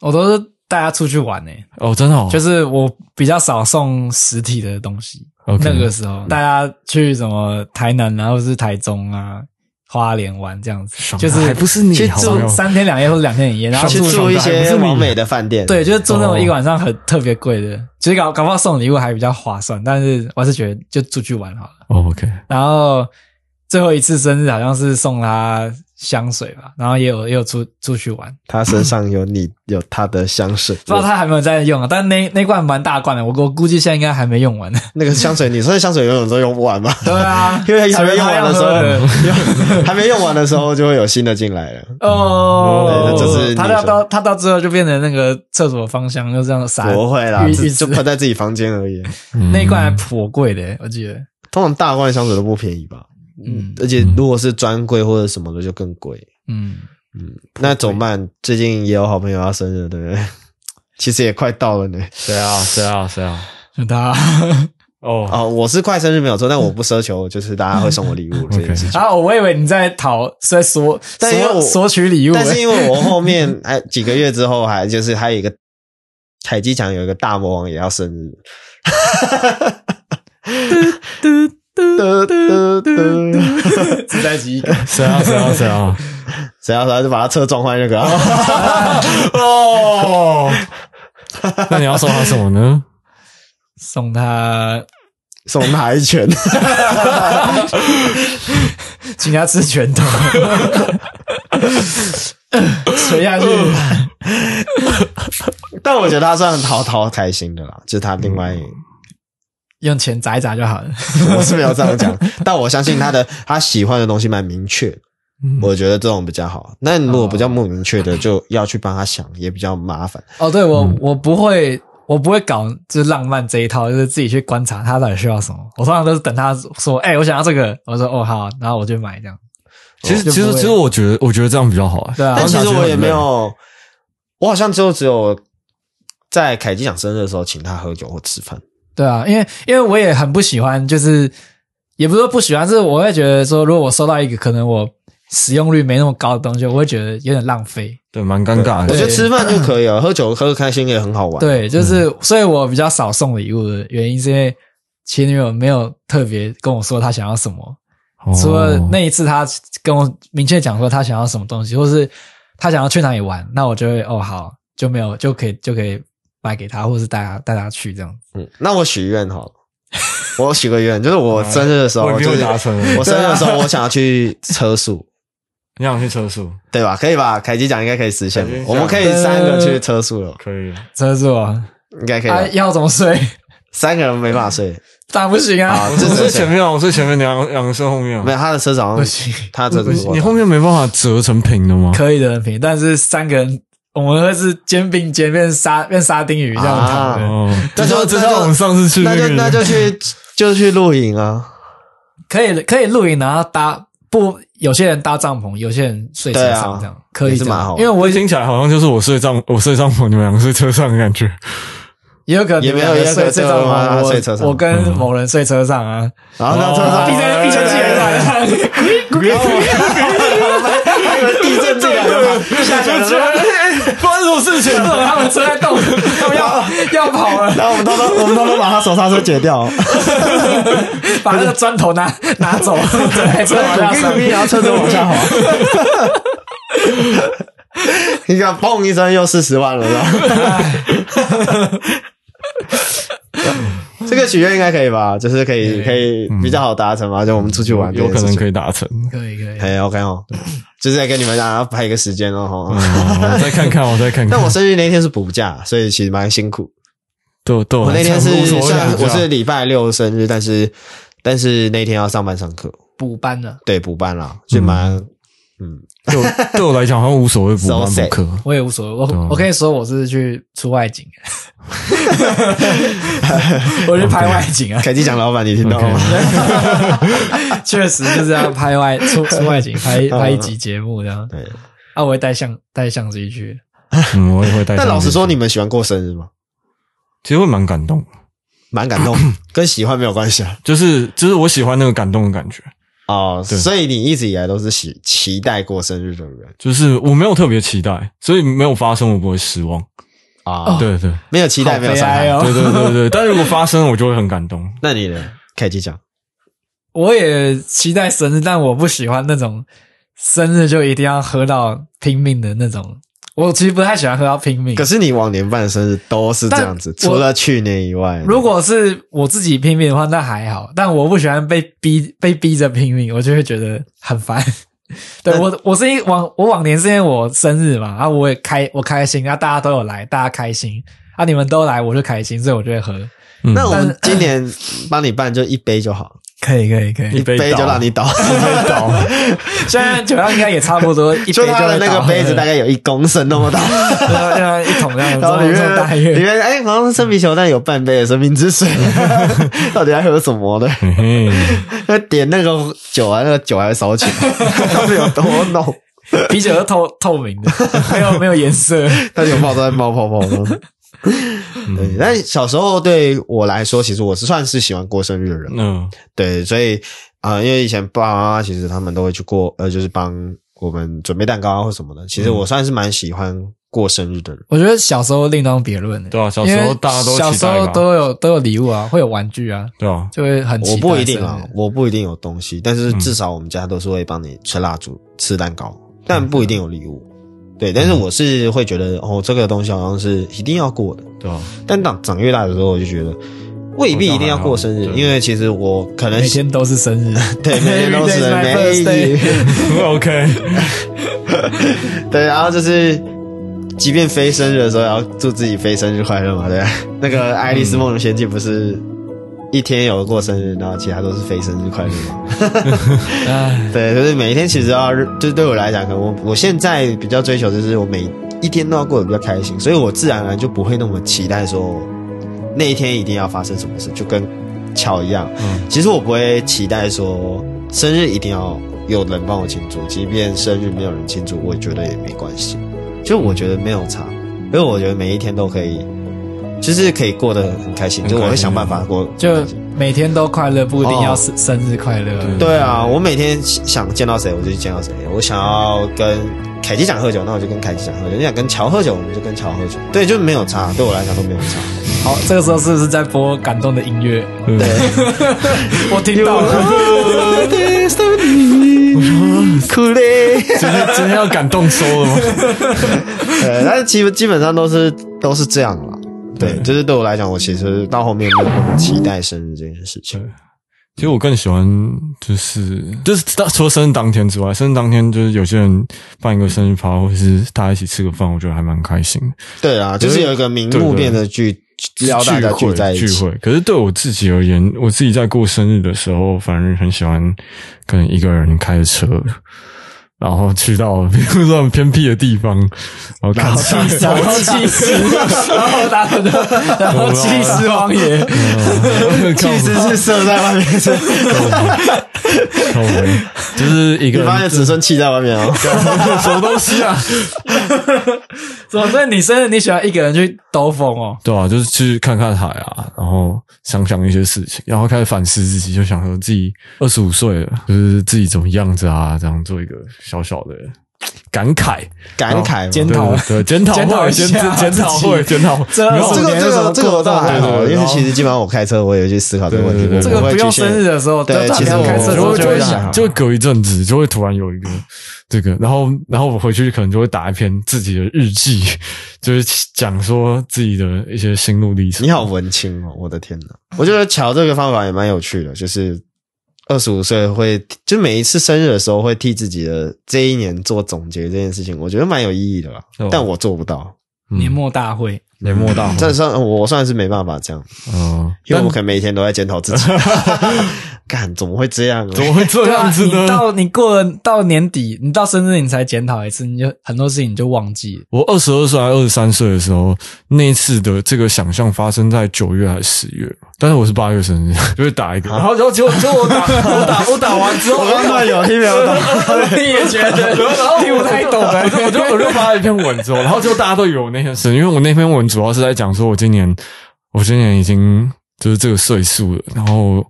Speaker 3: 我都是带他出去玩诶、
Speaker 2: 哦，真的哦，
Speaker 3: 就是我比较少送实体的东西。
Speaker 2: OK 嗯
Speaker 3: 那个时候大家去什么台南啊，或是台中啊、花莲玩这样子，
Speaker 2: 爽啊
Speaker 3: 就是
Speaker 2: 还不是你
Speaker 3: 去
Speaker 2: 好
Speaker 3: 住
Speaker 2: 吗
Speaker 3: 三天两夜或者两天一夜，然后
Speaker 1: 去
Speaker 3: 住
Speaker 1: 住一
Speaker 2: 不
Speaker 1: 些
Speaker 2: 是你
Speaker 1: 完美的饭店，
Speaker 3: 对，就是住那
Speaker 2: 哦
Speaker 3: 种一个晚上很特别贵的，其实搞搞不好送礼物还比较划算，但是我还是觉得就出去玩好了。
Speaker 2: 哦，OK，
Speaker 3: 然后最后一次生日好像是送他香水吧，然后也有也有出出去玩，
Speaker 1: 他身上有你有他的香 水
Speaker 3: 不知道他还没有在用啊，但那那罐蛮大罐的，我我估计现在应该还没用完。
Speaker 1: 那个香水，你说的香水永远都用不完吧？
Speaker 3: 对 啊，
Speaker 1: 因为还没用完的时
Speaker 3: 随便他要喝的
Speaker 1: 候，还没用啊完的时候就会有新的进来了。
Speaker 3: 哦，
Speaker 1: 对这是
Speaker 3: 他
Speaker 1: 女
Speaker 3: 到
Speaker 1: 生
Speaker 3: 到他到最后就变成那个厕所芳香，就这样撒。
Speaker 1: 不会啦，
Speaker 3: 浴
Speaker 1: 只
Speaker 3: 浴
Speaker 1: 就
Speaker 3: 室
Speaker 1: 喷在自己房间而已。
Speaker 2: 嗯
Speaker 3: 那一罐还颇贵的，我记得。
Speaker 1: 通常大罐的香水都不便宜吧？嗯
Speaker 3: 嗯，
Speaker 1: 而且如果是专柜或者什么的就更贵。
Speaker 3: 嗯，
Speaker 1: 那怎么办？最近也有好朋友要生日，对不对？其实也快到了呢。
Speaker 2: 谁啊？谁啊？谁啊？
Speaker 3: 就他，
Speaker 2: 哦，
Speaker 1: 哦，我是快生日没有错，但我不奢求就是大家会送我礼 物这件 事情。
Speaker 3: 然后我以为你在讨在索
Speaker 1: 但因为我
Speaker 3: 索索取礼物，欸
Speaker 1: 但是因为我后面 还几个月之后还就是还有一个海基强有一个大魔王也要生 日，
Speaker 3: 嘟嘟
Speaker 1: 嘟嘟嘟，
Speaker 3: 自在一个，
Speaker 2: 谁啊？谁啊？谁啊？
Speaker 1: 谁要谁就把他车撞坏那个啊、
Speaker 2: 哦， 那你要送她什么呢？
Speaker 3: 送他，
Speaker 1: 送他一 拳。
Speaker 3: 请他吃拳头， 捶下去。
Speaker 1: 但我觉得他算淘淘开心的啦，就是他另外。
Speaker 3: 用钱砸一砸就好了。
Speaker 1: 我是没有这样讲，但我相信他的他喜欢的东西蛮明确，我觉得这种比较好。那如果比较不明确的，就要去帮他想，也比较麻烦。
Speaker 3: 哦，对我我不会，我不会搞就是浪漫这一套，就是自己去观察他到底需要什么。我通常都是等他说：“哎、我想要这个。”我说：“哦，好。”然后我就买这样。
Speaker 2: 其实，
Speaker 1: 哦
Speaker 3: 就
Speaker 2: 其
Speaker 3: 不会
Speaker 2: 实，其实，我觉得，哎我觉得这样比较好。
Speaker 3: 对啊
Speaker 1: 但其实我也没有，我好像就只有在凯基讲生日的时候请他喝酒或吃饭。
Speaker 3: 对啊，因为因为我也很不喜欢，就是也不是说不喜欢，是我会觉得说，如果我收到一个可能我使用率没那么高的东西，我会觉得有点浪费。
Speaker 2: 对，蛮尴尬
Speaker 1: 我
Speaker 2: 的
Speaker 1: 觉。得吃饭就可以了，喝酒喝得开心也很好玩。，
Speaker 3: 对，就是、所以我比较少送礼物的原因，是因为前女友没有特别跟我说她想要什么，
Speaker 2: 哦
Speaker 3: 除了那一次她跟我明确讲说她想要什么东西，或是她想要去哪里玩，那我就会哦好就没有就可以就可以买给她，或是带她带她去这样。
Speaker 1: 嗯，那我许愿好了，我许个愿，就是我生日的时候，
Speaker 2: 我也没
Speaker 1: 就
Speaker 2: 有
Speaker 1: 是
Speaker 2: 达成了
Speaker 1: 我生日的时候，我想要去车速，
Speaker 2: 你想去车速？
Speaker 1: 对吧？可以吧？凯基讲应该可以实现
Speaker 2: 凯基，讲
Speaker 1: 我们可以三个去车速了，
Speaker 2: 可以，
Speaker 3: 车是我，
Speaker 1: 应该可以吧
Speaker 3: 啊，要怎么睡？
Speaker 1: 三个人没办法睡，
Speaker 3: 当然不行啊
Speaker 1: 好，
Speaker 2: 我
Speaker 1: 这
Speaker 2: 是
Speaker 1: 是
Speaker 2: 前面啊，我是前面，两两个是后面啊。
Speaker 1: 没有他的车早
Speaker 3: 不
Speaker 1: 上，
Speaker 3: 行。
Speaker 1: 他的车子是我
Speaker 2: 你
Speaker 1: 的
Speaker 2: 后面没办法折成平的吗？
Speaker 3: 可以的人品，但是三个人我们会是肩并肩变沙变沙丁鱼这样躺的，
Speaker 1: 啊
Speaker 2: 哦，这
Speaker 1: 那就
Speaker 2: 就这像我们上次去
Speaker 1: 那
Speaker 2: 个
Speaker 1: 就那就去就去露营啊，
Speaker 3: 可以可以露营，然后搭不有些人搭帐篷，有些人睡车上这样，
Speaker 1: 对啊
Speaker 3: 可以
Speaker 1: 也是
Speaker 3: 的
Speaker 1: 蛮好玩
Speaker 3: 因为我
Speaker 2: 我听起来好像就是我睡帐，我睡帐篷，你们两个睡车上的 感觉。
Speaker 3: 也有可能
Speaker 1: 也没有
Speaker 3: 两个睡
Speaker 1: 也有可能
Speaker 3: 睡
Speaker 1: 有
Speaker 3: 帐
Speaker 1: 人
Speaker 3: 篷，
Speaker 1: 他
Speaker 3: 我
Speaker 1: 睡车上
Speaker 3: 我跟某人睡车上啊，
Speaker 1: 然后那车
Speaker 2: 哦
Speaker 1: 上
Speaker 3: 闭着闭着气人来了，
Speaker 1: 啊还有地震进来了吗，下来了吗。
Speaker 2: 发生什么事情？
Speaker 3: 他们车在动，他们要要跑了，
Speaker 1: 然后我们偷偷，我们偷偷把他手刹车解掉，
Speaker 3: 把那个砖头拿拿走，整台车往下上。
Speaker 1: 然后车子往下滑。你看，砰一声又四十万了，是吧？这个许愿应该可以吧？就是可以，可以比较好达成嘛？就我们出去玩，
Speaker 2: 嗯有可能可
Speaker 1: 以。
Speaker 2: 以达 成。
Speaker 3: 可以可以，
Speaker 1: 哎，OK 哦，就是在跟你们讲要排一个时间哦。吼
Speaker 2: 嗯我再看看，我再看看。
Speaker 1: 但我生日那天是补假，所以其实蛮辛苦。
Speaker 2: 对对，
Speaker 1: 我那天
Speaker 2: 哦无
Speaker 1: 是
Speaker 2: 所谓
Speaker 1: 虽然
Speaker 2: 啊
Speaker 1: 我是礼拜六生日，但是但是那天要上班上课，
Speaker 3: 补班了，
Speaker 1: 对，补班啦，就蛮嗯
Speaker 2: 对我对我来讲好像无所谓补班
Speaker 1: So
Speaker 2: 补课。
Speaker 3: 我也无所谓，
Speaker 2: 对啊
Speaker 3: 我我可以说我是去出外景， 我去拍外 景啊，
Speaker 1: 凯基讲老板，你听到吗？
Speaker 3: 确实就是要拍外 出出外景，
Speaker 2: 嗯
Speaker 3: 拍拍一集节目这样。
Speaker 1: 对。
Speaker 3: 啊，我会带相带相机去，
Speaker 2: 嗯，我也会带。
Speaker 1: 但老实说，，你们喜欢过生日吗？
Speaker 2: 其实会蛮感动，
Speaker 1: 蛮感动，跟喜欢没有关系啊。
Speaker 2: 就是就是我喜欢那个感动的感觉。
Speaker 1: 哦，
Speaker 2: 对
Speaker 1: 所以你一直以来都是期期待过生日的人
Speaker 2: 就是我没有特别期待，所以没有发生我不会失望。
Speaker 3: 哦
Speaker 1: 啊，
Speaker 2: 对对
Speaker 1: 没有期待
Speaker 3: 好
Speaker 1: 没有伤
Speaker 3: 悲
Speaker 1: 害
Speaker 3: 哀。哦
Speaker 2: 对对对对，但如果发生，我就会很感动。
Speaker 1: 那你呢？凯基讲，
Speaker 3: 我也期待生日，但我不喜欢那种生日就一定要喝到拼命的那种。我其实不太喜欢喝到拼命
Speaker 1: 可。是你往年办的生日都是这样子，
Speaker 3: 但我
Speaker 1: 除了去年以外，
Speaker 3: 如果是我自己拼命的话，那还好。但我不喜欢被逼被逼着拼命，我就会觉得很烦。 对我，我是因往我往年是因为我生日嘛，啊，我也开我开心，啊，大家都有来，大家开心，啊，你们都来我就开心，所以我就会喝。
Speaker 2: 嗯
Speaker 1: 那我们今年帮你办就一杯就好，
Speaker 3: 可以，可以， 可以。
Speaker 2: 一杯
Speaker 1: 杯
Speaker 2: 倒
Speaker 1: 就让你 倒。
Speaker 2: 倒，
Speaker 3: 现在酒量应该也差不多，一杯
Speaker 1: 就
Speaker 3: 就
Speaker 1: 他的
Speaker 3: 会
Speaker 1: 那个
Speaker 3: 倒
Speaker 1: 杯子大概有一公升那么 大，
Speaker 3: 对啊对啊一桶这样，
Speaker 1: 然后里
Speaker 3: 这么大
Speaker 1: 面里
Speaker 3: 约。
Speaker 1: 面哎，好像是生啤酒，但有半杯的生命之 水，到底还喝什么呢？
Speaker 2: 嘿嗯嘿，
Speaker 1: 那点那个酒啊，那个酒还会 烧起来，到底有多浓？
Speaker 3: 啤酒是透透明 的，没有没有颜色。
Speaker 1: 它有泡都在冒泡泡吗？对，但小时候对我来说，其实我是算是喜欢过生日的人，
Speaker 2: 嗯，
Speaker 1: 对，所以啊、呃因为以前爸爸妈妈其实他们都会去过，呃，就是帮我们准备蛋糕啊或什么的。其实我算是蛮喜欢过生日的人，
Speaker 3: 我觉得小时候另当别论的，
Speaker 2: 对啊，小
Speaker 3: 因
Speaker 2: 时候
Speaker 3: 为
Speaker 2: 大家都
Speaker 3: 小
Speaker 2: 期
Speaker 3: 时
Speaker 2: 待
Speaker 3: 候
Speaker 2: 吧，
Speaker 3: 都有都有礼物啊，会有玩具啊，
Speaker 2: 对啊，
Speaker 3: 就会很期待
Speaker 1: 我不一定啊
Speaker 3: 生日，
Speaker 1: 我不一定有东西，但是至少我们家都是会帮你吹蜡烛、吃蛋糕，但不一定有礼物。对，但是我是会觉得，哦，这个东西好像是一定要过的。
Speaker 2: 对啊，
Speaker 1: 但长长越大的时候，我就觉得未必一定要过生日
Speaker 2: 好像还，好对
Speaker 1: 因为其实我可能
Speaker 3: 每天都是生日，
Speaker 1: 对每天都是
Speaker 3: Every day
Speaker 1: 每
Speaker 3: is my birthday
Speaker 2: 很 OK，
Speaker 1: 对，然后就是，即便非生日的时候，也要祝自己非生日快乐嘛，对吧。啊那个《爱丽丝梦游仙境》不是一天有过生日，然后其他都是非生日快乐嘛？
Speaker 3: 唉，
Speaker 1: 对，就是每一天其实都要，就是对我来讲，可能我我现在比较追求就是我每一天都要过得比较开心，所以我自然而然就不会那么期待说那一天一定要发生什么事，就跟巧一样，
Speaker 2: 嗯
Speaker 1: 其实我不会期待说生日一定要有人帮我庆祝，即便生日没有人庆祝，我觉得也没关系。就我觉得没有差，因为我觉得每一天都可以就是可以过得很开心，
Speaker 2: 很
Speaker 1: 就我
Speaker 2: 开
Speaker 1: 会
Speaker 2: 心
Speaker 1: 想办法过。
Speaker 3: 就每天都快乐，不一定要
Speaker 1: 哦
Speaker 3: 生生日快乐。
Speaker 1: 对啊，我每天想见到谁，我就见到谁。我想要跟凯基讲喝酒，那我就跟凯基讲喝酒；你想跟乔喝酒，我们就跟乔喝酒。对，就没有差，对我来讲都没有差。
Speaker 3: 好，这个时候是不是在播感动的音乐？
Speaker 2: 对，
Speaker 3: 我听到了，
Speaker 1: 苦嘞。
Speaker 2: 今天今天要感动收了吗？
Speaker 1: 对，但是基本基本上都是都是这样了。对，
Speaker 2: 对
Speaker 1: 就是对我来讲，我其实到后面没有那么期待生日这件事情。
Speaker 2: 其实我更喜欢就是就是到除了生日当天之外，生日当天就是有些人办一个生日趴，或者是大家一起吃个饭，我觉得还蛮开心的。
Speaker 1: 对啊，就是有一个名目变得聚撩大
Speaker 2: 聚
Speaker 1: 家
Speaker 2: 会
Speaker 1: 聚在一
Speaker 2: 聚
Speaker 1: 起。
Speaker 2: 会。可是对我自己而言，我自己在过生日的时候，反而很喜欢可能一个人开着车，然后去到比如说很偏僻的地方，然后看山。
Speaker 3: 然后气死，然后打的，然后气死王爷，
Speaker 1: 其实是射在 外面，是
Speaker 2: 靠北就是一
Speaker 1: 你
Speaker 2: 个人
Speaker 1: 发现只剩气在外面哦。
Speaker 2: 什么东西啊？
Speaker 3: 总之你生日你喜欢一个人去兜风哦。
Speaker 2: 对啊，就是去看看海啊，然后想想一些事情，然后开始反思自己，就想说自己二十五岁了，就是自己怎么样子啊，这样做一个小小的感慨、
Speaker 1: 感慨嘛，
Speaker 3: 检
Speaker 2: 对
Speaker 3: 讨
Speaker 2: 对，检讨
Speaker 3: 检讨
Speaker 2: 会、
Speaker 3: 一下
Speaker 2: 检检讨会、检讨会，
Speaker 3: 这
Speaker 2: 没有
Speaker 1: 这个这个这个我倒还好，
Speaker 2: 对对对
Speaker 1: 因为其实基本上我开车，我也会去思考这个问题。
Speaker 2: 对对对
Speaker 1: 我
Speaker 3: 哦这个
Speaker 1: 会
Speaker 3: 不
Speaker 1: 去
Speaker 3: 用
Speaker 1: 先
Speaker 3: 生日的时候，
Speaker 1: 对
Speaker 3: 就
Speaker 1: 其实
Speaker 3: 当
Speaker 1: 我
Speaker 3: 天开车的时
Speaker 2: 就
Speaker 3: 候
Speaker 2: 会
Speaker 3: 就
Speaker 2: 就
Speaker 3: 会
Speaker 2: 会
Speaker 1: 还好
Speaker 3: 想，
Speaker 2: 就会隔一阵子，就会突然有一个这个，然后然后我回去可能就会打一篇自己的日记，就是讲说自己的一些心路历程
Speaker 1: 你。好文青哦，我的天哪！我觉得乔这个方法也蛮有趣的，就是呃二十五岁会，就每一次生日的时候会替自己的这一年做总结这件事情，我觉得蛮有意义的啦。
Speaker 3: 哦
Speaker 2: 是吧
Speaker 1: 但我做不到，
Speaker 2: 嗯
Speaker 3: 年末大会。
Speaker 2: 年末大会，
Speaker 1: 这算我算是没办法这样，
Speaker 2: 嗯，
Speaker 1: 因为
Speaker 2: 但
Speaker 1: 我可能每天都在检讨自 己， 干怎么会这样、啊？
Speaker 2: 怎么会这
Speaker 3: 对啊
Speaker 2: 样子呢？
Speaker 3: 你到你过了到年底，你到生日你才检讨一次，你就很多事情你就忘记了。
Speaker 2: 我二十二岁还二十三岁的时候，那一次的这个想象发生在九月还是十月，但是我是八月生日， 就是打一个，然后然后结果结果我打我打我打完之后，
Speaker 1: 我刚刚有听没 有懂？
Speaker 3: 我也觉得听不太懂
Speaker 2: 我就我就我就发了一篇文之后，然后就大家都以为我那天生日，因为我那篇文主要是在讲说我今年我今年已经就是这个岁数了，然后。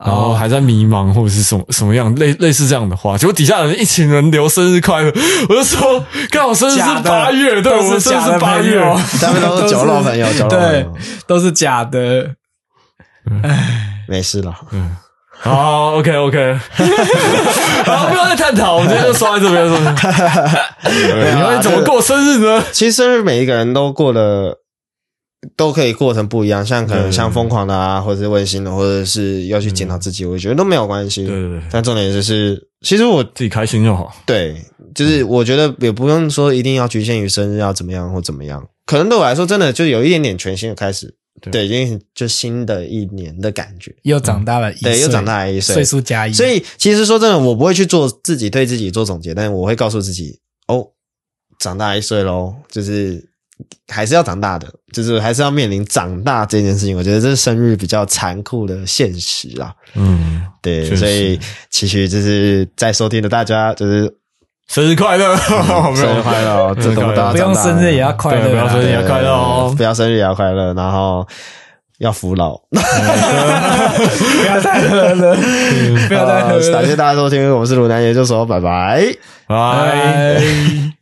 Speaker 2: 然后还在迷茫或者是什么什么样类类似这样的话，结果底下人一群人留生日快乐，我就说，刚好生日
Speaker 3: 假
Speaker 2: 是
Speaker 3: 的
Speaker 2: 八月，对，
Speaker 3: 都是
Speaker 2: 我生日
Speaker 3: 假的
Speaker 2: 是八
Speaker 3: 朋
Speaker 2: 月
Speaker 3: 友，
Speaker 1: 下面都是酒肉朋友，酒肉朋
Speaker 3: 对
Speaker 1: 友，
Speaker 3: 都是假的。
Speaker 1: 没事了。
Speaker 2: 好，OK OK，好，不要再探讨，我们今天就刷在这边 了。你
Speaker 1: 啊
Speaker 2: 要怎么过生日呢？
Speaker 1: 其实生日每一个人都过得都可以过成不一样，像可能
Speaker 2: 对
Speaker 1: 像疯狂的啊，或者是温馨的，或者是要去检讨自己，我觉得都没有关系。
Speaker 2: 对
Speaker 1: 但重点就是，其实我
Speaker 2: 自己开心就好。
Speaker 1: 对，就是我觉得也不用说一定要局限于生日要怎么样或怎么样，可能对我来说真的就有一点点全新的开始，
Speaker 2: 对
Speaker 1: 对，因为就新的一年的感觉，
Speaker 3: 又长大了一岁，
Speaker 1: 对，嗯又长大了一岁
Speaker 3: 岁，数加
Speaker 2: 哎
Speaker 3: 一，
Speaker 1: 所以其实说真的，我不会去做自己对自己做总结，但是我会告诉自己，哦，长大一岁喽，就是还是要长大的，就是还是要面临长大这件事情。我觉得这是生日比较残酷的现实啊。
Speaker 2: 嗯，确
Speaker 1: 对，
Speaker 2: 实
Speaker 1: 所以期许就是在收听的大家，就是
Speaker 2: 生日快乐！没
Speaker 1: 生日
Speaker 2: 有
Speaker 1: 快乐 哦，这
Speaker 2: 生日
Speaker 1: 都
Speaker 2: 快乐
Speaker 1: 都要
Speaker 3: 不用生日也要快乐啊
Speaker 2: 对不要
Speaker 3: 啦，
Speaker 2: 生日也要快乐哦
Speaker 1: 对不要生日也要快乐，然后要 服老。
Speaker 3: 不要再喝了，不要再 喝
Speaker 1: 呃感
Speaker 3: 了，
Speaker 1: 谢大家收听，我是鲁南研究所，拜拜。
Speaker 2: 拜。
Speaker 3: 拜。